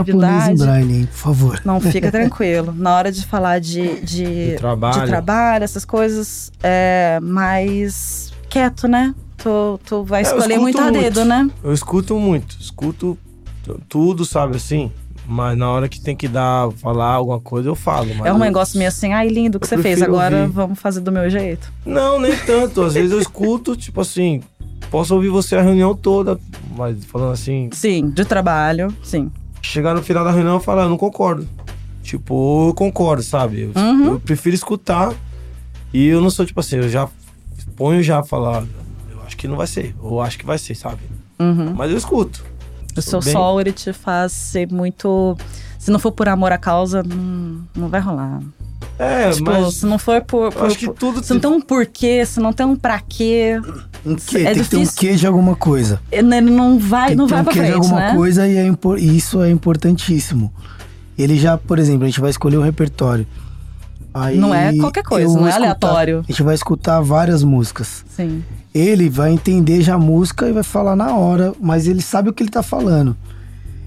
Speaker 1: expansividade-
Speaker 3: braille, hein, por favor.
Speaker 1: Não, fica tranquilo. Na hora de falar de, de,
Speaker 2: De trabalho.
Speaker 1: de trabalho, essas coisas, é mais quieto, né? Tu, tu vai
Speaker 2: É, eu
Speaker 1: escolher
Speaker 2: escuto
Speaker 1: muito a
Speaker 2: muito.
Speaker 1: dedo, né?
Speaker 2: Eu escuto muito, escuto t- tudo, sabe assim? Mas na hora que tem que dar, falar alguma coisa, eu falo. mas
Speaker 1: É um
Speaker 2: eu-
Speaker 1: negócio meio assim, ai lindo o que
Speaker 2: eu
Speaker 1: você fez,
Speaker 2: prefiro
Speaker 1: agora
Speaker 2: ouvir.
Speaker 1: vamos fazer do meu jeito.
Speaker 2: Não, nem tanto. Às vezes eu escuto, tipo assim, Posso ouvir você a reunião toda, mas falando assim,
Speaker 1: Sim, de trabalho, sim.
Speaker 2: chegar no final da reunião e falar, "Eu não concordo. Tipo, ou eu concordo, sabe? Eu,
Speaker 1: Uhum.
Speaker 2: eu prefiro escutar e eu não sou tipo assim, eu já ponho já a falar, eu acho que não vai ser, ou acho que vai ser, sabe?
Speaker 1: Uhum.
Speaker 2: Mas eu escuto.
Speaker 1: O seu
Speaker 2: Sou bem-
Speaker 1: sol, ele te faz ser muito. Se não for por amor à causa, não, não vai rolar.
Speaker 2: É,
Speaker 1: tipo,
Speaker 2: mas
Speaker 1: se não for por.
Speaker 2: eu
Speaker 1: por-
Speaker 2: acho que tudo
Speaker 1: Se não tem um porquê, se não tem um pra quê,
Speaker 3: Um quê?
Speaker 1: É
Speaker 3: tem que ter um
Speaker 1: difícil.
Speaker 3: quê de alguma coisa.
Speaker 1: ele ele não vai,
Speaker 3: Tem
Speaker 1: não
Speaker 3: que ter
Speaker 1: vai
Speaker 3: um
Speaker 1: pra
Speaker 3: quê de
Speaker 1: frente,
Speaker 3: alguma
Speaker 1: né?
Speaker 3: coisa e é impor- e isso é importantíssimo. Ele já, por exemplo, a gente vai escolher um repertório. Aí
Speaker 1: Não é qualquer coisa,
Speaker 3: eu
Speaker 1: não
Speaker 3: vou
Speaker 1: é aleatório.
Speaker 3: A gente vai escutar várias músicas.
Speaker 1: Sim.
Speaker 3: Ele vai entender já a música e vai falar na hora, mas ele sabe o que ele tá falando.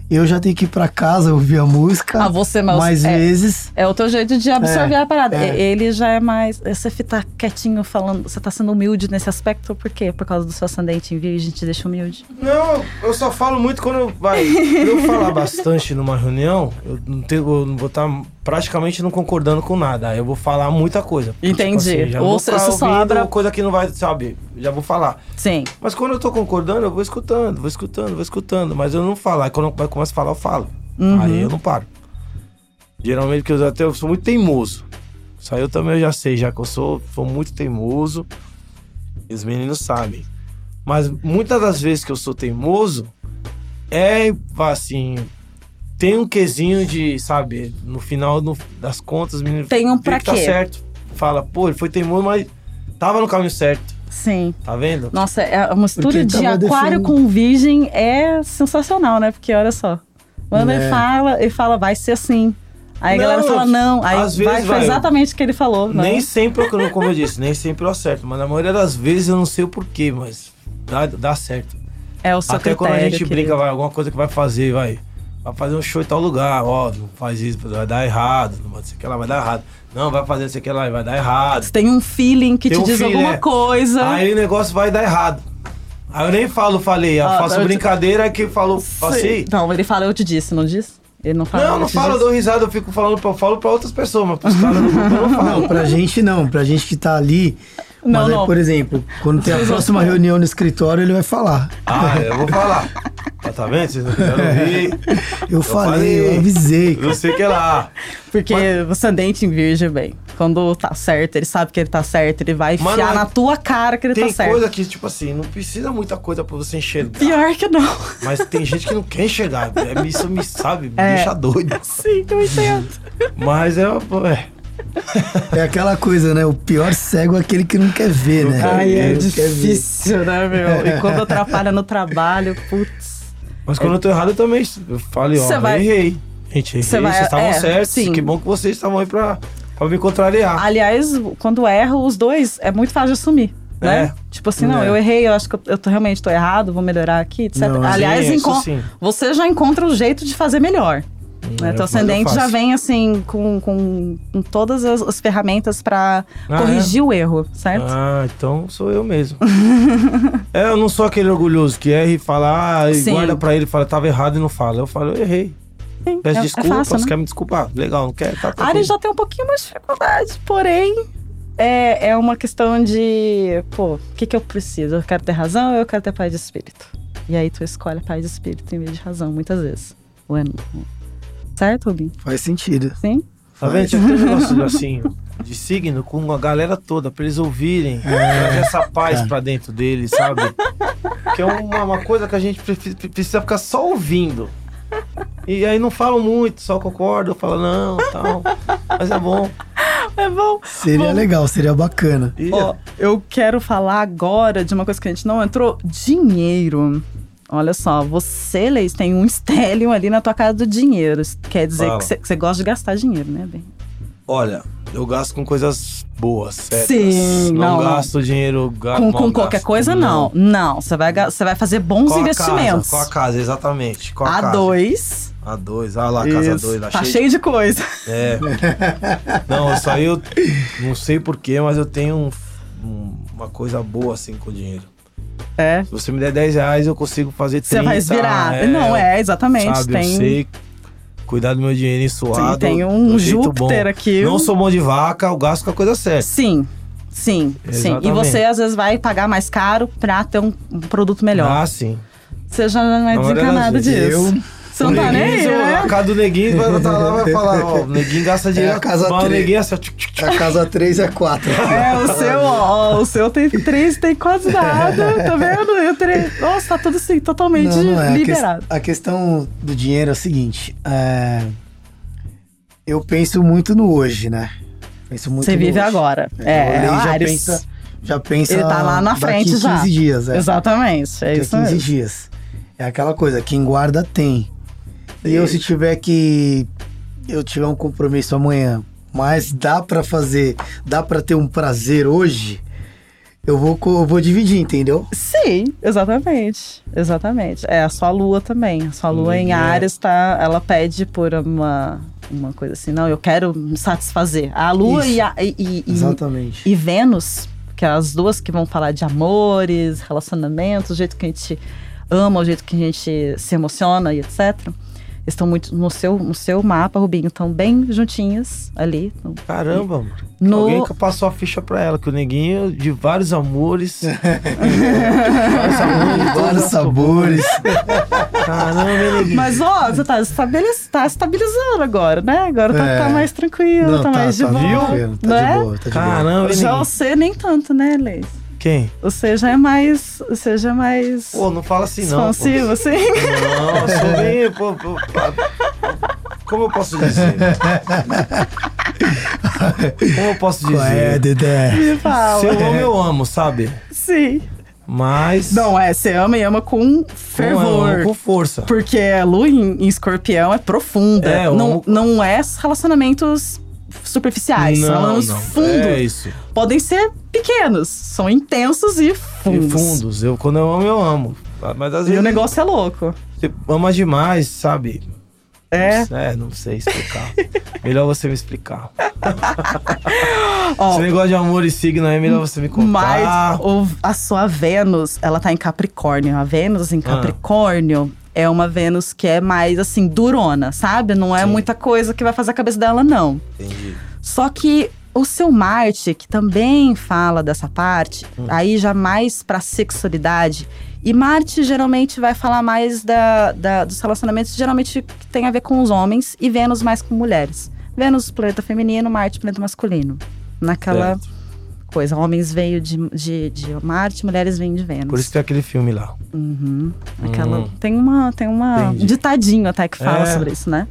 Speaker 3: Eu já tenho que ir pra casa ouvir a música
Speaker 1: Ah, você mas
Speaker 3: mais
Speaker 1: é,
Speaker 3: vezes.
Speaker 1: é o teu jeito de absorver a parada.
Speaker 3: é.
Speaker 1: E- Ele já é mais. Você tá quietinho falando. Você tá sendo humilde nesse aspecto, por quê? Por causa do seu ascendente em virgem, te deixa humilde.
Speaker 2: Não, eu só falo muito quando eu. Vai, pra eu falar bastante numa reunião, eu não, tenho, eu não vou estar praticamente não concordando com nada. Aí eu vou falar muita coisa. Tipo
Speaker 1: Entendi.
Speaker 2: Então, assim, já
Speaker 1: Ou
Speaker 2: vou
Speaker 1: se-
Speaker 2: ficar
Speaker 1: se só
Speaker 2: ouvindo
Speaker 1: abra-
Speaker 2: coisa que não vai, sabe? Já vou falar.
Speaker 1: Sim.
Speaker 2: Mas quando eu tô concordando, eu vou escutando, vou escutando, vou escutando. Mas eu não falo. Aí quando eu começo a falar, eu falo.
Speaker 1: Uhum.
Speaker 2: Aí Ah, eu não paro. Geralmente, porque eu até eu sou muito teimoso. Isso aí eu também já sei, já que eu sou, sou muito teimoso. E os meninos sabem. Mas muitas das vezes que eu sou teimoso, é assim. Tem um quesinho de, sabe, no final no- das contas, o menino
Speaker 1: Tem um
Speaker 2: vê
Speaker 1: pra
Speaker 2: que tá
Speaker 1: quê.
Speaker 2: certo. Fala, pô, ele foi teimoso, mas tava no caminho certo,
Speaker 1: Sim.
Speaker 2: tá vendo?
Speaker 1: Nossa, é- a mistura
Speaker 3: Porque
Speaker 2: tá
Speaker 1: de
Speaker 3: tava
Speaker 1: aquário
Speaker 3: definindo.
Speaker 1: com virgem é sensacional, né? Porque olha só. Manda
Speaker 3: É.
Speaker 1: e fala, e fala, vai ser assim. Aí
Speaker 2: Né? Não,
Speaker 1: a galera fala, não. Aí
Speaker 2: às
Speaker 1: vai,
Speaker 2: vezes,
Speaker 1: foi
Speaker 2: vai,
Speaker 1: exatamente o que ele falou. né?
Speaker 2: Nem sempre, eu- como eu disse, nem sempre eu acerto. Mas na maioria das vezes eu não sei o porquê, mas dá, dá certo.
Speaker 1: É o seu
Speaker 2: Até
Speaker 1: critério.
Speaker 2: quando a gente
Speaker 1: querido.
Speaker 2: brinca, vai, alguma coisa que vai fazer, vai. Vai fazer um show em tal lugar, ó, não faz isso, vai dar errado, não sei o que lá, vai dar errado. Não, vai fazer isso aqui lá, vai dar errado.
Speaker 1: Você tem um feeling que
Speaker 2: Tem
Speaker 1: te
Speaker 2: um
Speaker 1: diz
Speaker 2: feeling,
Speaker 1: alguma
Speaker 2: é.
Speaker 1: coisa.
Speaker 2: Aí o negócio vai dar errado. Aí eu nem falo, falei, eu
Speaker 1: Ah,
Speaker 2: faço
Speaker 1: eu te-
Speaker 2: brincadeira que falou,
Speaker 1: Sim.
Speaker 2: passei.
Speaker 1: Não, ele fala, eu te disse, não disse? Ele não fala.
Speaker 2: assim, Não,
Speaker 1: eu
Speaker 2: não
Speaker 1: te
Speaker 2: falo, eu
Speaker 1: disse.
Speaker 2: dou risada, eu fico falando, pra- eu falo pra outras pessoas, mas pros caras do grupo eu não
Speaker 3: Não,
Speaker 2: falo.
Speaker 3: pra gente não, pra gente que tá ali.
Speaker 1: Não,
Speaker 3: mas aí,
Speaker 1: não.
Speaker 3: por exemplo, quando tem a próxima reunião no escritório, ele vai falar.
Speaker 2: Ah, eu vou falar. Ah, tá vendo? Vocês não quiseram ouvir.
Speaker 3: Eu, falei,
Speaker 2: falei.
Speaker 3: eu avisei.
Speaker 2: Eu sei que
Speaker 1: Tá
Speaker 2: lá.
Speaker 1: Porque o ascendente em virgem, bem. Quando tá certo, ele sabe que ele tá certo. Ele vai
Speaker 2: Mano,
Speaker 1: enfiar na tua cara que ele
Speaker 2: é Tem
Speaker 1: tá certo.
Speaker 2: coisa que, tipo assim, não precisa muita coisa pra você enxergar.
Speaker 1: Pior que não.
Speaker 2: Mas tem gente que não quer enxergar. É, Isso me sabe, me
Speaker 1: É.
Speaker 2: deixa doido.
Speaker 1: Sim, eu entendo.
Speaker 2: Mas é, é.
Speaker 3: É aquela coisa, né? O pior cego é aquele que não quer ver, né?
Speaker 1: Ai, é
Speaker 3: Ele não quer ver.
Speaker 1: difícil, né, meu? E quando atrapalha no trabalho, putz.
Speaker 2: Mas quando eu tô errado, eu também eu falei, ó,
Speaker 1: Cê
Speaker 2: eu
Speaker 1: vai-
Speaker 2: errei. Gente, errei,
Speaker 1: Cê vai-
Speaker 2: vocês estavam
Speaker 1: é,
Speaker 2: certos.
Speaker 1: sim.
Speaker 2: Que bom que vocês estavam aí pra, pra me contrariar.
Speaker 1: Aliás, quando erro, os dois, é muito fácil de assumir. Né?
Speaker 2: É.
Speaker 1: Tipo assim, não,
Speaker 2: É.
Speaker 1: eu errei, eu acho que eu, eu tô- realmente tô errado, vou melhorar aqui, etc.
Speaker 3: Não,
Speaker 1: Aliás,
Speaker 2: Sim,
Speaker 1: enco-
Speaker 2: é, isso sim.
Speaker 1: você já encontra o jeito de fazer melhor.
Speaker 2: É,
Speaker 1: Né?
Speaker 2: mas
Speaker 1: Teu
Speaker 2: eu
Speaker 1: ascendente
Speaker 2: faço.
Speaker 1: já vem assim, com, com, com todas as, as ferramentas pra
Speaker 2: Ah,
Speaker 1: corrigir o erro, certo?
Speaker 2: Ah, então sou eu mesmo. é, eu não sou aquele orgulhoso que erra e fala, ah, e
Speaker 1: Sim.
Speaker 2: guarda pra ele, fala, tava errado e não fala. Eu falo, eu errei.
Speaker 1: Sim,
Speaker 2: Peço
Speaker 1: é- é
Speaker 2: desculpas,
Speaker 1: fácil, né?
Speaker 2: quer me desculpar? Legal, não quer?
Speaker 1: A
Speaker 2: Tá
Speaker 1: área
Speaker 2: tranquilo.
Speaker 1: já tem um pouquinho mais de dificuldade, porém. É, é uma questão de, pô, o que, que eu preciso? Eu quero ter razão ou eu quero ter paz de espírito? E aí tu escolhe a paz de espírito em vez de razão, muitas vezes. Bueno. né? Certo, Rubinho?
Speaker 3: Faz sentido.
Speaker 1: Sim?
Speaker 2: Tá vendo? Tinha que ter um negócio assim, de signo, com a galera toda, pra eles ouvirem, trazer essa paz pra dentro deles, sabe? Que é uma, uma coisa que a gente prefi- precisa ficar só ouvindo. E aí não falam muito, só concordam, falam não, tal. Mas é bom.
Speaker 1: É bom.
Speaker 3: Seria
Speaker 1: Bom.
Speaker 3: legal, seria bacana.
Speaker 2: E
Speaker 1: Ó, eu quero falar agora de uma coisa que a gente não entrou: dinheiro. Olha só, você, Leis, tem um estélio ali na tua casa do dinheiro. Isso Quer dizer
Speaker 2: Fala.
Speaker 1: que você- que você gosta de gastar dinheiro, né, Bem?
Speaker 2: Olha, eu gasto com coisas boas, certas.
Speaker 1: Sim,
Speaker 2: não,
Speaker 1: não,
Speaker 2: gasto dinheiro ga-
Speaker 1: Com,
Speaker 2: mal
Speaker 1: com qualquer
Speaker 2: gasto,
Speaker 1: coisa, não. Não, você vai, ga- você vai fazer bons
Speaker 2: Com a casa,
Speaker 1: investimentos.
Speaker 2: com a casa, exatamente. Com a,
Speaker 1: a
Speaker 2: casa.
Speaker 1: dois.
Speaker 2: A dois, ah lá, casa
Speaker 1: Isso.
Speaker 2: dois, lá,
Speaker 1: tá
Speaker 2: cheio de
Speaker 1: cheio de coisa.
Speaker 2: É. Não, isso aí eu não sei porquê, mas eu tenho um- um- uma coisa boa assim com o dinheiro.
Speaker 1: É.
Speaker 2: Se você me der 10 reais, eu consigo fazer
Speaker 1: Você
Speaker 2: 30.
Speaker 1: vai virar.
Speaker 2: é,
Speaker 1: não, é, exatamente.
Speaker 2: Sabe,
Speaker 1: tem,
Speaker 2: eu sei cuidar do meu dinheiro
Speaker 1: sim,
Speaker 2: suado.
Speaker 1: tem
Speaker 2: de
Speaker 1: um
Speaker 2: jeito bom.
Speaker 1: Júpiter aqui. um
Speaker 2: Não sou mão de vaca, eu gasto com a coisa certa.
Speaker 1: Sim. Sim, sim. E
Speaker 2: Exatamente.
Speaker 1: você às vezes vai pagar mais caro pra ter um, um produto melhor.
Speaker 2: Ah, sim.
Speaker 1: Você já não é
Speaker 2: Na maioria
Speaker 1: desencanado
Speaker 2: das vezes.
Speaker 1: disso.
Speaker 2: Eu-
Speaker 1: Você não
Speaker 2: o
Speaker 1: tá nem aí,
Speaker 2: neguinho,
Speaker 1: né?
Speaker 2: A casa do neguinho vai estar lá vai falar, ó, o neguinho gasta dinheiro.
Speaker 3: É a casa
Speaker 2: Mas o
Speaker 3: três.
Speaker 2: neguinho é assim, ó, tchuc, tchuc, tchuc.
Speaker 3: A casa 3 é 4.
Speaker 1: É, o seu, ó, ó, o seu tem três, tem quase nada, tá vendo? Eu terei... Nossa, tá tudo assim, totalmente
Speaker 3: Não, não é. A ques-
Speaker 1: liberado.
Speaker 3: A, questão do dinheiro é o seguinte: é, eu penso muito no hoje, né? Penso muito
Speaker 1: Você
Speaker 3: no
Speaker 1: vive
Speaker 3: hoje.
Speaker 1: agora.
Speaker 3: É,
Speaker 1: É,
Speaker 3: eu
Speaker 1: é,
Speaker 3: olhei e já
Speaker 1: Ares.
Speaker 3: pensa, já pensa.
Speaker 1: Ele tá lá na
Speaker 3: daqui
Speaker 1: frente já.
Speaker 3: 15 dias, é.
Speaker 1: Exatamente, é
Speaker 3: Daqui
Speaker 1: isso
Speaker 3: 15
Speaker 1: mesmo.
Speaker 3: dias. É aquela coisa, quem guarda tem. E eu, se tiver que. Eu tiver um compromisso amanhã, mas dá pra fazer, dá pra ter um prazer hoje, eu vou, co- eu vou dividir, entendeu?
Speaker 1: Sim, exatamente. Exatamente. É a sua lua também. A sua lua em
Speaker 3: Uhum.
Speaker 2: Legal.
Speaker 1: Ares tá, ela pede por uma uma coisa assim, não, eu quero me satisfazer. A lua e,
Speaker 3: Isso.
Speaker 1: a- e- e- e-
Speaker 3: Exatamente.
Speaker 1: e Vênus, que é as duas que vão falar de amores, relacionamentos, o jeito que a gente ama, o jeito que a gente se emociona e etc. Estão muito no seu, no seu mapa, Rubinho, estão bem juntinhas ali. no-
Speaker 2: Caramba, mano.
Speaker 1: No,
Speaker 2: Alguém que passou a ficha pra ela, que o neguinho de vários amores. vários
Speaker 1: Ah,
Speaker 2: amores,
Speaker 3: Vários sabores.
Speaker 2: Caramba, hein, neguinho.
Speaker 1: Mas, ó, você tá, estabili- tá estabilizando agora, né? Agora tá,
Speaker 3: É.
Speaker 1: tá mais tranquilo, tá, mais de boa.
Speaker 3: tranquilo, Tá
Speaker 1: né?
Speaker 3: de boa, tá de boa.
Speaker 2: Caramba, hein,
Speaker 1: Já
Speaker 2: neguinho.
Speaker 1: você nem tanto, né, Leis?
Speaker 2: Quem?
Speaker 1: Você já é mais. Você já é mais
Speaker 2: Pô, não fala assim não. pô.
Speaker 1: expansivo, assim.
Speaker 2: Não, eu sou bem. pô, pô, pá. como eu posso dizer? Como eu posso
Speaker 3: Qual é,
Speaker 2: dizer?
Speaker 3: Dedé?
Speaker 1: Me
Speaker 2: Se
Speaker 1: fala.
Speaker 2: eu amo, eu amo, sabe?
Speaker 1: Sim.
Speaker 2: Mas.
Speaker 1: Não, é, você ama e ama com
Speaker 2: Eu
Speaker 1: fervor.
Speaker 2: amo com força.
Speaker 1: Porque a lua em, em escorpião é profunda.
Speaker 2: É, eu
Speaker 1: não,
Speaker 2: amo-
Speaker 1: não é relacionamentos superficiais. são relacionamentos fundos.
Speaker 2: É isso.
Speaker 1: Podem ser pequenos, são intensos e
Speaker 2: E
Speaker 1: fundos.
Speaker 2: fundos. Eu, quando eu amo, eu amo. Mas às
Speaker 1: E o
Speaker 2: vezes
Speaker 1: negócio é louco.
Speaker 2: você ama demais, sabe?
Speaker 1: É.
Speaker 2: É, não sei explicar. melhor você me explicar.
Speaker 1: Ó,
Speaker 2: Esse negócio de amor e signo aí, melhor você me contar.
Speaker 1: mas o- a sua Vênus, ela tá em Capricórnio. A Vênus
Speaker 2: Ah.
Speaker 1: em Capricórnio é uma Vênus que é mais assim, durona, sabe? Não é
Speaker 2: Sim.
Speaker 1: muita coisa que vai fazer a cabeça dela, não.
Speaker 2: Entendi.
Speaker 1: Só que o seu Marte, que também fala dessa parte,
Speaker 2: Hum.
Speaker 1: aí já mais pra sexualidade. E Marte geralmente vai falar mais da, da- dos relacionamentos, geralmente que tem a ver com os homens, e Vênus mais com mulheres. Vênus, planeta feminino, Marte, planeta masculino. Naquela
Speaker 2: Certo.
Speaker 1: coisa, homens veio de, de, de Marte, mulheres vêm de Vênus.
Speaker 2: Por isso que tem aquele filme lá.
Speaker 1: Uhum. Aquela,
Speaker 2: Hum.
Speaker 1: Tem uma, tem uma um
Speaker 2: Entendi.
Speaker 1: ditadinho até que fala
Speaker 2: É.
Speaker 1: sobre isso, né?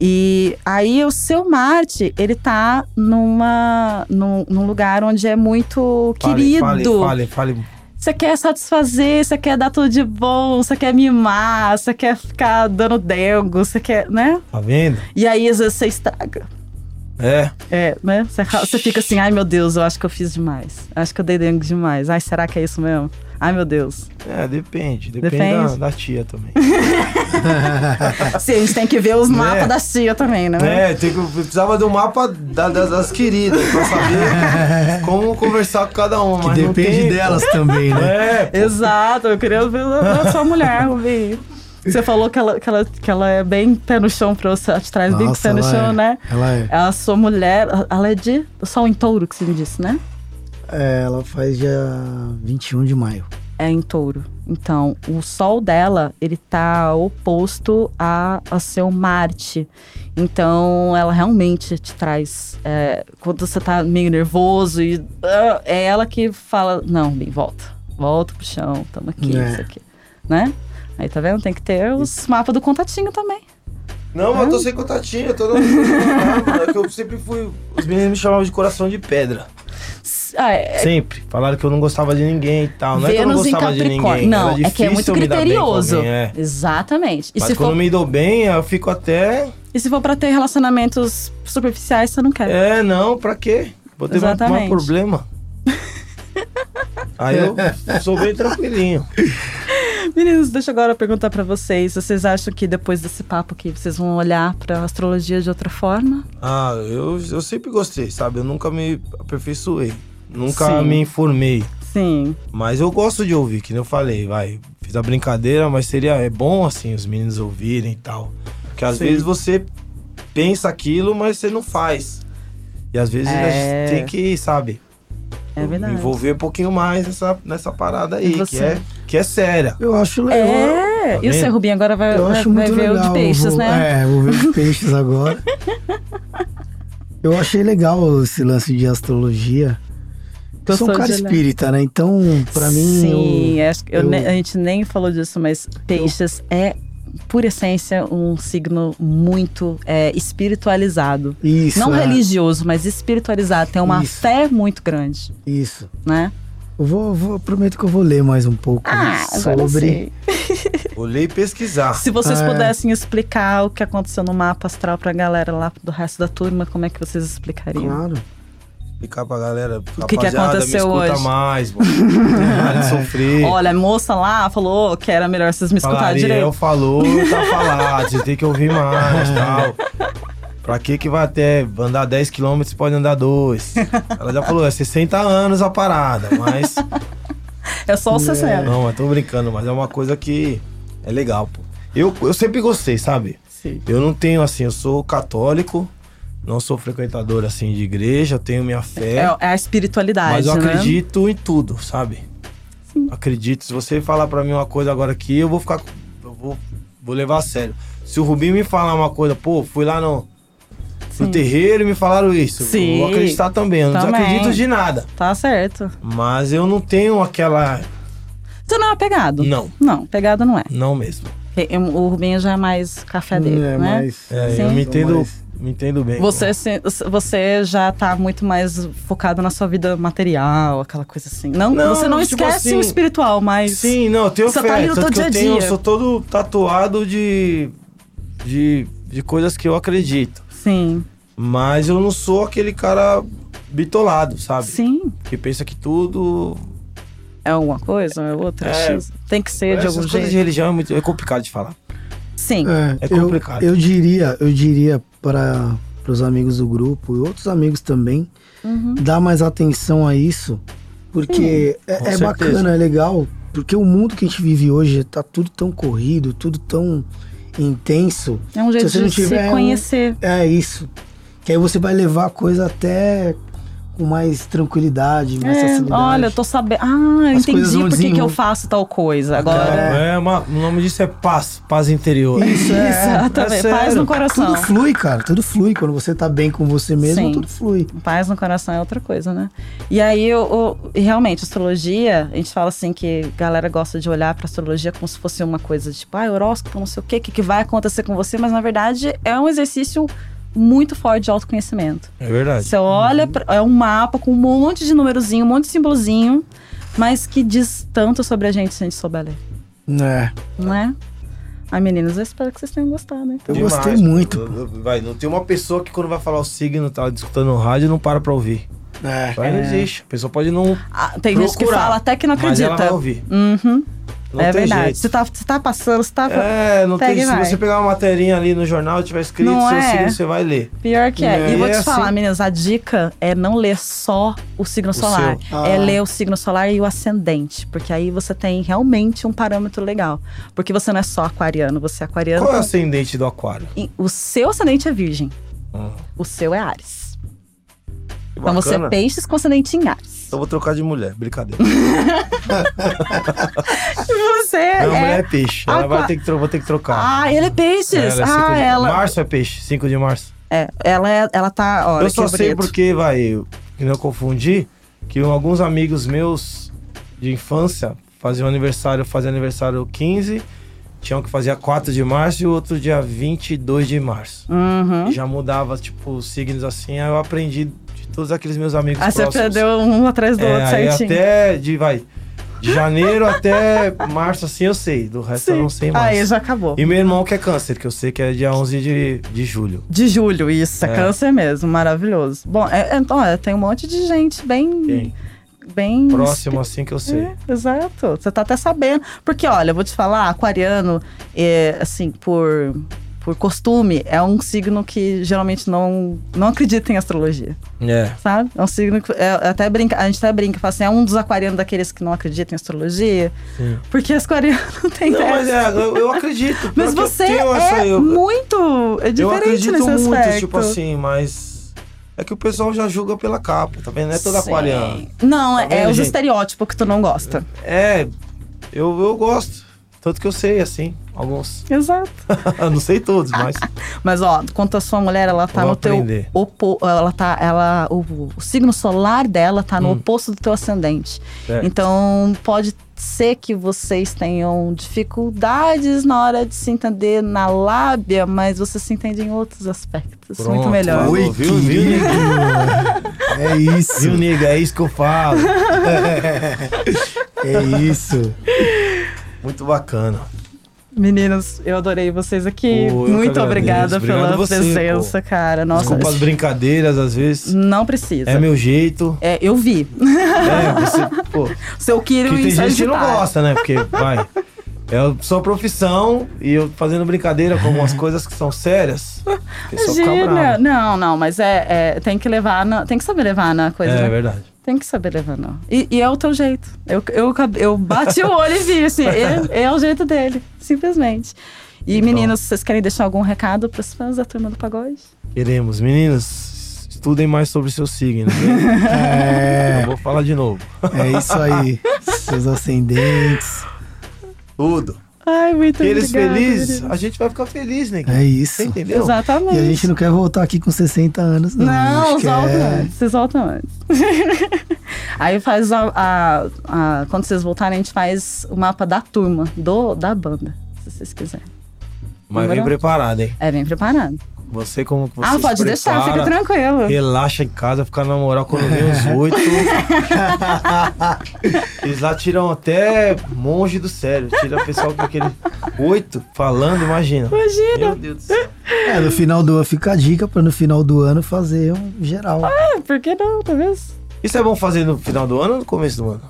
Speaker 1: E aí o seu Marte, ele tá numa, num, num lugar onde é muito querido.
Speaker 2: Fale, fale, fale. fale.
Speaker 1: Você quer satisfazer, você quer dar tudo de bom, você quer mimar, você quer ficar dando dengo, você quer, né?
Speaker 2: Tá vendo?
Speaker 1: E aí às vezes você estraga.
Speaker 2: É.
Speaker 1: É, né? Você, ra- você fica assim, ai meu Deus, eu acho que eu fiz demais. Acho que eu dei dengo demais. Ai, será que é isso mesmo? Ai meu Deus.
Speaker 2: É, depende. Depende,
Speaker 1: Depende.
Speaker 2: Da, da tia também.
Speaker 3: É.
Speaker 1: Assim, a gente tem que ver os
Speaker 3: Né?
Speaker 1: mapas
Speaker 2: É.
Speaker 1: da tia também, né?
Speaker 2: é, tem que, eu precisava do mapa da- das, das queridas pra saber como conversar com cada uma.
Speaker 3: Que
Speaker 2: mas não
Speaker 3: depende
Speaker 2: tem, pô.
Speaker 3: delas também, né?
Speaker 2: É,
Speaker 1: Exato, eu queria ver a a sua mulher, Rubi. Você falou que ela, que, ela, que ela é bem pé no chão pra você, ela te traz bem pé no
Speaker 3: ela
Speaker 1: chão,
Speaker 3: é,
Speaker 1: né?
Speaker 3: Ela é.
Speaker 1: A sua mulher, ela é de sol em touro, que você me disse, né?
Speaker 3: É, Ela faz dia 21 de maio.
Speaker 1: É em touro. Então, o sol dela, ele tá oposto a, a seu Marte. Então, ela realmente te traz. é, quando você tá meio nervoso e. ah, é ela que fala: não, bem, volta. Volta pro chão, tamo aqui,
Speaker 3: É.
Speaker 1: isso aqui. Né? Aí, tá vendo? Tem que ter os mapas do contatinho também.
Speaker 2: Não, mas eu tô sem contatinho, eu tô dando mano. É que eu sempre fui. Os meninos me chamavam de coração de pedra.
Speaker 1: S- Ah, é-
Speaker 2: Sempre. Falaram que eu não gostava de ninguém e tal. Não é que eu não
Speaker 1: Vênus em
Speaker 2: gostava de
Speaker 1: Capricórnio.
Speaker 2: ninguém.
Speaker 1: Não,
Speaker 2: era
Speaker 1: é que é
Speaker 2: difícil
Speaker 1: muito
Speaker 2: eu me dar bem com
Speaker 1: criterioso.
Speaker 2: alguém, é.
Speaker 1: Exatamente. E
Speaker 2: Mas
Speaker 1: se,
Speaker 2: quando
Speaker 1: for,
Speaker 2: me dou bem, eu fico até.
Speaker 1: e se for pra ter relacionamentos superficiais, você não quer.
Speaker 2: É, não, pra quê? Vou ter mais
Speaker 1: Exatamente.
Speaker 2: mais problema. Aí eu sou bem tranquilinho.
Speaker 1: Meninos, deixa agora eu perguntar pra vocês. Vocês acham que depois desse papo aqui, vocês vão olhar pra astrologia de outra forma?
Speaker 2: Ah, eu, eu sempre gostei, sabe? Eu nunca me aperfeiçoei. Nunca
Speaker 1: Sim.
Speaker 2: me informei.
Speaker 1: Sim.
Speaker 2: Mas eu gosto de ouvir, que nem eu falei, vai. Fiz a brincadeira, mas seria é bom assim os meninos ouvirem e tal. Porque às
Speaker 1: Sim.
Speaker 2: vezes você pensa aquilo, mas você não faz. E às vezes a
Speaker 1: É.
Speaker 2: gente tem que, sabe?
Speaker 1: É verdade.
Speaker 2: Me envolver um pouquinho mais nessa, nessa parada
Speaker 1: E
Speaker 2: aí, que
Speaker 1: você?
Speaker 2: é, que é séria.
Speaker 3: Eu acho legal.
Speaker 1: É, e o
Speaker 2: Tá vendo?
Speaker 1: seu Rubinho agora vai,
Speaker 3: Eu
Speaker 1: vai-
Speaker 3: acho
Speaker 1: vai
Speaker 3: muito
Speaker 1: ver
Speaker 3: legal.
Speaker 1: o de peixes,
Speaker 3: vou,
Speaker 1: né?
Speaker 3: É, vou ver os peixes agora. Eu achei legal esse lance de astrologia. Eu
Speaker 1: Gostou
Speaker 3: sou um cara
Speaker 1: de olhar.
Speaker 3: espírita, né? Então, pra mim.
Speaker 1: Sim, acho que eu
Speaker 3: eu-
Speaker 1: ne- a gente nem falou disso, mas peixes é, por essência, um signo muito é, espiritualizado.
Speaker 3: eu- Isso.
Speaker 1: Não
Speaker 3: é,
Speaker 1: religioso, mas espiritualizado. Tem uma
Speaker 3: Isso.
Speaker 1: fé muito grande,
Speaker 3: Isso.
Speaker 1: né? Ah,
Speaker 3: Eu vou, vou- prometo que eu vou ler mais um pouco
Speaker 1: agora eu
Speaker 3: sobre.
Speaker 1: sei.
Speaker 2: Olhei e pesquisar.
Speaker 1: Se vocês
Speaker 3: É.
Speaker 1: pudessem explicar o que aconteceu no mapa astral pra galera lá do resto da turma, como é que vocês explicariam?
Speaker 3: Claro.
Speaker 2: Explicar pra galera. O
Speaker 1: que que aconteceu
Speaker 2: me escuta
Speaker 1: hoje?
Speaker 2: mais, mano. Para de sofrer.
Speaker 1: Olha, a moça lá falou que era melhor vocês me
Speaker 2: Fala,
Speaker 1: escutarem
Speaker 2: Ariel
Speaker 1: direito. É.
Speaker 2: falou, tá falado, você tem que ouvir mais tal. Pra que que vai até andar 10 km, você pode andar 2. Ela já falou, é 60 anos a parada, mas...
Speaker 1: É só o 60.
Speaker 2: Não, eu tô brincando, mas é uma coisa que é legal, pô. Eu, eu sempre gostei, sabe?
Speaker 1: Sim.
Speaker 2: Eu não tenho, assim, eu sou católico, não sou frequentador, assim, de igreja, eu tenho minha fé.
Speaker 1: É, é a espiritualidade,
Speaker 2: Mas eu
Speaker 1: né?
Speaker 2: acredito em tudo, sabe? Acredito. Se você falar pra mim uma coisa agora aqui, eu vou ficar. Eu vou, vou levar a sério. Se o Rubinho me falar uma coisa, pô, fui lá no, no
Speaker 1: Sim.
Speaker 2: terreiro e me falaram isso.
Speaker 1: Sim.
Speaker 2: Eu vou acreditar também. Eu não
Speaker 1: Também.
Speaker 2: acredito de nada.
Speaker 1: Tá certo.
Speaker 2: Mas eu não tenho aquela.
Speaker 1: Tu não é pegado?
Speaker 2: Não.
Speaker 1: Não, pegado não é.
Speaker 2: Não mesmo.
Speaker 1: Porque eu- O Rubinho já é mais café dele, né?
Speaker 3: É, mas-
Speaker 2: É,
Speaker 1: Sim.
Speaker 2: eu me entendo,
Speaker 3: Mas-
Speaker 2: me entendo bem.
Speaker 1: Você, é se- você já tá muito mais focado na sua vida material, aquela coisa assim. Não,
Speaker 2: Não,
Speaker 1: você não
Speaker 2: tipo
Speaker 1: esquece
Speaker 2: assim,
Speaker 1: o espiritual, mas.
Speaker 2: Sim, não, eu tenho
Speaker 1: Você
Speaker 2: fé.
Speaker 1: tá ali no teu
Speaker 2: tanto que
Speaker 1: dia
Speaker 2: eu
Speaker 1: a
Speaker 2: tenho- eu
Speaker 1: dia.
Speaker 2: sou todo tatuado de, de, de coisas que eu acredito.
Speaker 1: Sim.
Speaker 2: Mas eu não sou aquele cara bitolado, sabe?
Speaker 1: Sim.
Speaker 2: Que pensa que tudo.
Speaker 1: É uma coisa, é outra.
Speaker 2: É.
Speaker 1: X. Tem que ser de
Speaker 2: Essas
Speaker 1: algum
Speaker 2: coisas
Speaker 1: jeito.
Speaker 2: de religião é, muito, é complicado de falar.
Speaker 1: Sim.
Speaker 3: É,
Speaker 2: É
Speaker 3: eu-
Speaker 2: complicado.
Speaker 3: Eu, diria, eu diria para os amigos do grupo e outros amigos também,
Speaker 1: Uhum.
Speaker 3: dar mais atenção a isso, porque é-
Speaker 2: Com
Speaker 3: é,
Speaker 2: certeza.
Speaker 3: bacana, é legal, porque o mundo que a gente vive hoje tá tudo tão corrido, tudo tão intenso.
Speaker 1: É um jeito
Speaker 3: você
Speaker 1: de
Speaker 3: não
Speaker 1: se
Speaker 3: tiver um-
Speaker 1: conhecer.
Speaker 3: É isso. Que aí você vai levar a coisa até com mais tranquilidade, mais
Speaker 1: É,
Speaker 3: facilidade.
Speaker 1: olha, eu tô sabendo. Ah, eu
Speaker 3: As coisas
Speaker 1: entendi
Speaker 3: vão
Speaker 1: por que, que eu
Speaker 3: desenvol-
Speaker 1: faço tal coisa agora.
Speaker 2: É, uma- o nome disso é paz, paz interior.
Speaker 3: Isso é.
Speaker 1: Exatamente.
Speaker 2: é
Speaker 1: Paz
Speaker 2: sério.
Speaker 1: no coração.
Speaker 3: Tudo assim. flui, cara. Tudo flui. Quando você tá bem com você mesmo,
Speaker 1: Sim.
Speaker 3: tudo flui.
Speaker 1: Paz no coração é outra coisa, né? E aí, eu, eu- realmente, astrologia, a gente fala assim que a galera gosta de olhar pra astrologia como se fosse uma coisa tipo, ah, horóscopo, não sei o quê, o que, que vai acontecer com você, mas na verdade é um exercício muito forte de autoconhecimento.
Speaker 2: É verdade.
Speaker 1: Você olha, pra- é um mapa com um monte de númerozinho, um monte de simbolozinho, mas que diz tanto sobre a gente se a gente souber ler,
Speaker 3: É.
Speaker 1: não é? Ai, meninas, eu espero que vocês tenham gostado, hein?
Speaker 3: Eu
Speaker 2: Demais,
Speaker 3: gostei
Speaker 2: pô.
Speaker 3: muito.
Speaker 2: Eu- eu- Vai, não tem uma pessoa que quando vai falar o signo, tá escutando no rádio, não para pra ouvir.
Speaker 3: É.
Speaker 2: Vai, não existe. A pessoa pode não.
Speaker 1: Ah, tem gente que
Speaker 2: Procurar,
Speaker 1: fala até que não
Speaker 2: Mas ela vai
Speaker 1: acredita.
Speaker 2: ouvir.
Speaker 1: Uhum.
Speaker 2: Não
Speaker 1: é
Speaker 2: tem
Speaker 1: verdade.
Speaker 2: jeito.
Speaker 1: Você tá, você tá passando, você tá.
Speaker 2: É, não
Speaker 1: Pega e
Speaker 2: tem. Se
Speaker 1: vai.
Speaker 2: você pegar uma materinha ali no jornal e tiver escrito
Speaker 1: Não
Speaker 2: seu
Speaker 1: é.
Speaker 2: signo, você vai ler.
Speaker 1: Pior que é.
Speaker 2: É,
Speaker 1: e vou te
Speaker 2: é assim.
Speaker 1: falar, meninas, a dica é não ler só o signo solar.
Speaker 2: seu.
Speaker 3: Ah.
Speaker 1: É ler o signo solar e o ascendente. Porque aí você tem realmente um parâmetro legal. Porque você não é só aquariano, você é aquariano.
Speaker 2: Qual é o ascendente do aquário?
Speaker 1: E O seu ascendente é virgem,
Speaker 2: Hum,
Speaker 1: o seu é Ares.
Speaker 2: que
Speaker 1: Então você é
Speaker 2: bacana. Então
Speaker 1: peixes com ascendente em Ares.
Speaker 2: Eu vou trocar de mulher, brincadeira.
Speaker 1: E você
Speaker 2: Não,
Speaker 1: é.
Speaker 2: mulher é peixe. Ela
Speaker 1: Aqua-
Speaker 2: vai ter que, tro- vou ter que trocar.
Speaker 1: Ah, ele é peixes! ah,
Speaker 2: de...
Speaker 1: ela.
Speaker 2: Março é peixe, 5 de março.
Speaker 1: É, ela, é- ela tá. Olha,
Speaker 2: eu só
Speaker 1: que
Speaker 2: sei
Speaker 1: bonito.
Speaker 2: porque, vai, eu, que não eu confundi, que um, alguns amigos meus de infância faziam aniversário, faziam aniversário 15, tinham que fazer a 4 de março e o outro dia 22 de março.
Speaker 1: Uhum.
Speaker 2: E já mudava, tipo, os signos assim, aí eu aprendi de todos aqueles meus amigos
Speaker 1: Aí Ah, você
Speaker 2: próximos.
Speaker 1: perdeu um atrás do
Speaker 2: É,
Speaker 1: outro
Speaker 2: aí
Speaker 1: certinho.
Speaker 2: até de, vai, de janeiro até março, assim, eu sei. Do resto eu não sei mais.
Speaker 1: Aí já acabou.
Speaker 2: E meu irmão que é câncer, que eu sei que é dia 11 de, de julho.
Speaker 1: De julho, isso, é,
Speaker 2: É.
Speaker 1: câncer mesmo, maravilhoso. Bom, é, é, olha, tem um monte de gente bem.
Speaker 2: Tem.
Speaker 1: Bem.
Speaker 2: Próximo assim que eu sei.
Speaker 1: É, exato. Você tá até sabendo. Porque, olha, eu vou te falar, aquariano, é, assim, por, por costume, é um signo que geralmente não, não acredita em astrologia,
Speaker 2: É.
Speaker 1: sabe? É um signo que. é- é até brinca, a gente até brinca, fala assim, é um dos aquarianos daqueles que não acreditam em astrologia.
Speaker 2: Sim.
Speaker 1: Porque os aquarianos não têm
Speaker 2: Não,
Speaker 1: essa.
Speaker 2: mas é, eu, eu acredito. pior
Speaker 1: Mas
Speaker 2: que eu
Speaker 1: você
Speaker 2: tenho essa-
Speaker 1: é
Speaker 2: eu,
Speaker 1: muito é
Speaker 2: eu
Speaker 1: diferente
Speaker 2: acredito
Speaker 1: nesse
Speaker 2: muito, assim,
Speaker 1: aspecto.
Speaker 2: tipo assim, mas É que o pessoal já julga pela capa, tá vendo? Não é toda
Speaker 1: Sim.
Speaker 2: aquariana.
Speaker 1: Não, é,
Speaker 2: Tá
Speaker 1: é
Speaker 2: vendo,
Speaker 1: os
Speaker 2: gente?
Speaker 1: estereótipos que tu não gosta.
Speaker 2: É, eu, eu gosto. Tanto que eu sei, assim, alguns.
Speaker 1: Exato.
Speaker 2: não sei todos, mas.
Speaker 1: Mas ó, quanto a sua mulher, ela tá
Speaker 2: Vou
Speaker 1: no
Speaker 2: aprender.
Speaker 1: teu opo, ela tá, ela o, o signo solar dela tá no oposto do teu ascendente.
Speaker 2: Hum. Certo.
Speaker 1: Então pode ser que vocês tenham dificuldades na hora de se entender na lábia, mas vocês se entendem em outros aspectos muito
Speaker 2: Pronto,
Speaker 1: melhor.
Speaker 2: falou.
Speaker 3: Oi,
Speaker 2: viu, viu,
Speaker 3: querido. É isso.
Speaker 2: Viu, nega? É isso que eu falo.
Speaker 3: É isso.
Speaker 2: Muito bacana.
Speaker 1: Meninos, eu adorei vocês aqui.
Speaker 2: Pô, eu que
Speaker 1: muito
Speaker 2: agradeço.
Speaker 1: obrigada
Speaker 2: Obrigado
Speaker 1: pela
Speaker 2: você,
Speaker 1: presença, cara. Nossa,
Speaker 2: Desculpa as brincadeiras, às vezes.
Speaker 1: não precisa.
Speaker 2: É meu jeito.
Speaker 1: É, eu vi.
Speaker 2: É, você. Pô,
Speaker 1: Seu Quiro
Speaker 2: que
Speaker 1: em
Speaker 2: tem gente que não
Speaker 1: Sagitário.
Speaker 2: gosta, né? Porque, vai. É a sua profissão e eu fazendo brincadeira com algumas coisas que são sérias. A pessoa fica
Speaker 1: Imagina.
Speaker 2: brava.
Speaker 1: Não, não, mas é, é, tem que levar na, tem que saber levar na coisa.
Speaker 2: É,
Speaker 1: né?
Speaker 2: é verdade.
Speaker 1: Tem que saber levar não. E, e é o teu jeito. Eu, eu, acabei- eu bati o olho e vi assim, ele- é, o jeito dele, simplesmente. E
Speaker 2: Então.
Speaker 1: meninos, vocês querem deixar algum recado para os fãs da turma do pagode?
Speaker 2: Queremos. Meninas, estudem mais sobre seu signo. viu?
Speaker 3: É,
Speaker 2: Eu vou falar de novo.
Speaker 3: é isso aí. Seus ascendentes.
Speaker 2: Tudo.
Speaker 1: Ai, muito
Speaker 2: Eles
Speaker 1: obrigada,
Speaker 2: felizes,
Speaker 1: meninos.
Speaker 2: a gente vai ficar feliz, né?
Speaker 3: É isso.
Speaker 2: Você entendeu?
Speaker 3: E
Speaker 1: Exatamente.
Speaker 3: a gente não quer voltar aqui com 60 anos, não. A
Speaker 1: É Não,
Speaker 3: gente
Speaker 1: volta
Speaker 3: quer-
Speaker 1: antes. Vocês voltam antes. Aí faz a, a- a- Quando vocês voltarem, a gente faz o mapa da turma, do, da banda, se vocês quiserem.
Speaker 2: Mas vem
Speaker 1: Agora-
Speaker 2: preparado, hein?
Speaker 1: É, vem preparado.
Speaker 2: Você como que você
Speaker 1: ah,
Speaker 2: se
Speaker 1: pode deixar, fica
Speaker 2: prepara,
Speaker 1: tranquilo.
Speaker 2: Relaxa em casa, fica na moral quando vem os oito. Eles lá tiram até monge do sério. Tira o pessoal com aquele oito falando, imagina.
Speaker 1: Imagina,
Speaker 2: Meu Deus do céu.
Speaker 3: É, no final do ano fica a dica pra no final do ano fazer um geral.
Speaker 1: por que não, tá talvez?
Speaker 2: Isso é bom fazer no final do ano ou no começo do ano?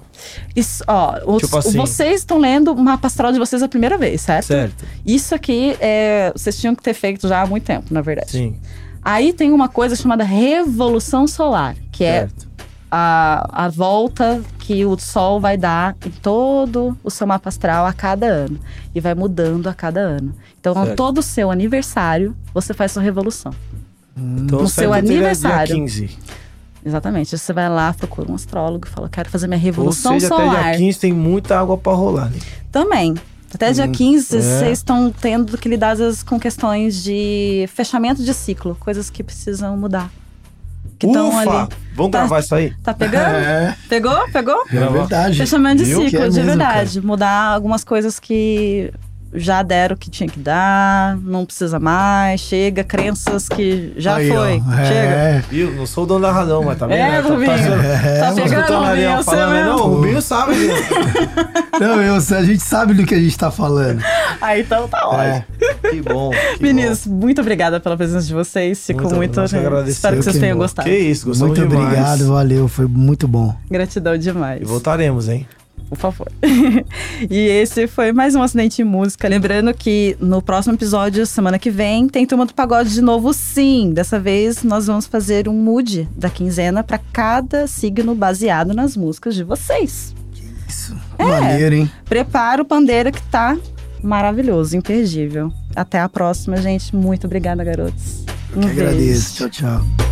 Speaker 1: Isso, ó, os-
Speaker 2: Tipo assim.
Speaker 1: vocês estão lendo o mapa astral de vocês a primeira vez, certo?
Speaker 2: Certo.
Speaker 1: Isso aqui é, vocês tinham que ter feito já há muito tempo, na verdade.
Speaker 2: Sim.
Speaker 1: Aí tem uma coisa chamada Revolução Solar, que é
Speaker 2: Certo.
Speaker 1: a, a volta que o Sol vai dar em todo o seu mapa astral a cada ano. E vai mudando a cada ano. Então, a
Speaker 2: Certo.
Speaker 1: todo o seu aniversário, você faz sua revolução.
Speaker 2: Então,
Speaker 1: No
Speaker 2: certo,
Speaker 1: seu
Speaker 2: eu teria
Speaker 1: aniversário. Tipo,
Speaker 2: Dia 15.
Speaker 1: Exatamente. Você vai lá, procura um astrólogo e fala: quero fazer minha
Speaker 2: Ou
Speaker 1: revolução
Speaker 2: seja,
Speaker 1: solar.
Speaker 2: até dia 15 tem muita água pra rolar, né?
Speaker 1: Também. Até
Speaker 3: Hum,
Speaker 1: dia 15,
Speaker 2: é.
Speaker 1: vocês estão tendo que lidar às vezes, com questões de fechamento de ciclo, coisas que precisam mudar. Que estão
Speaker 2: Ufa!
Speaker 1: ali.
Speaker 2: Vamos
Speaker 1: Tá.
Speaker 2: gravar isso aí?
Speaker 1: Tá pegando?
Speaker 3: É,
Speaker 1: Pegou? Pegou?
Speaker 3: é verdade.
Speaker 1: Fechamento de
Speaker 3: Viu? Que
Speaker 1: ciclo,
Speaker 3: é
Speaker 1: de
Speaker 3: mesmo,
Speaker 1: verdade. Mudar algumas coisas que já deram o que tinha que dar, não precisa mais, chega, crenças que já
Speaker 3: Aí, ó.
Speaker 1: foi. Chega.
Speaker 3: É.
Speaker 2: Viu? Não sou o dono da razão, mas tá vendo?
Speaker 1: É,
Speaker 2: Tá- tá-
Speaker 1: Rubinho. Tá
Speaker 2: Tá
Speaker 1: pegando,
Speaker 2: escutando ali,
Speaker 1: Rubinho?
Speaker 2: ó,
Speaker 1: Eu sei
Speaker 2: falando, né? Não,
Speaker 1: mesmo.
Speaker 2: o Rubinho sabe, viu?
Speaker 3: Não, eu, a gente sabe do que a gente tá falando.
Speaker 1: Ah, então tá ótimo.
Speaker 3: É.
Speaker 2: Que bom. que
Speaker 1: Meninos, muito obrigada pela presença de vocês. Fico
Speaker 2: Muito-
Speaker 1: muito,
Speaker 2: nós que agradecemos.
Speaker 1: Espero que vocês
Speaker 3: Que
Speaker 1: tenham
Speaker 3: bom.
Speaker 2: bom.
Speaker 1: gostado.
Speaker 2: Que isso, gostamos
Speaker 3: muito
Speaker 2: demais.
Speaker 3: obrigado, valeu, foi muito bom.
Speaker 1: Gratidão demais.
Speaker 2: E voltaremos, hein?
Speaker 1: por favor. e esse foi mais um acidente em música. Lembrando que no próximo episódio, semana que vem, tem turma do pagode de novo, sim. Dessa vez nós vamos fazer um mood da quinzena para cada signo baseado nas músicas de vocês.
Speaker 3: Isso.
Speaker 1: É.
Speaker 3: Maneiro, hein?
Speaker 1: Prepara o pandeiro que tá maravilhoso, imperdível. Até a próxima, gente. Muito obrigada, garotos. Um
Speaker 3: Que
Speaker 1: beijo.
Speaker 3: agradeço. Tchau, tchau.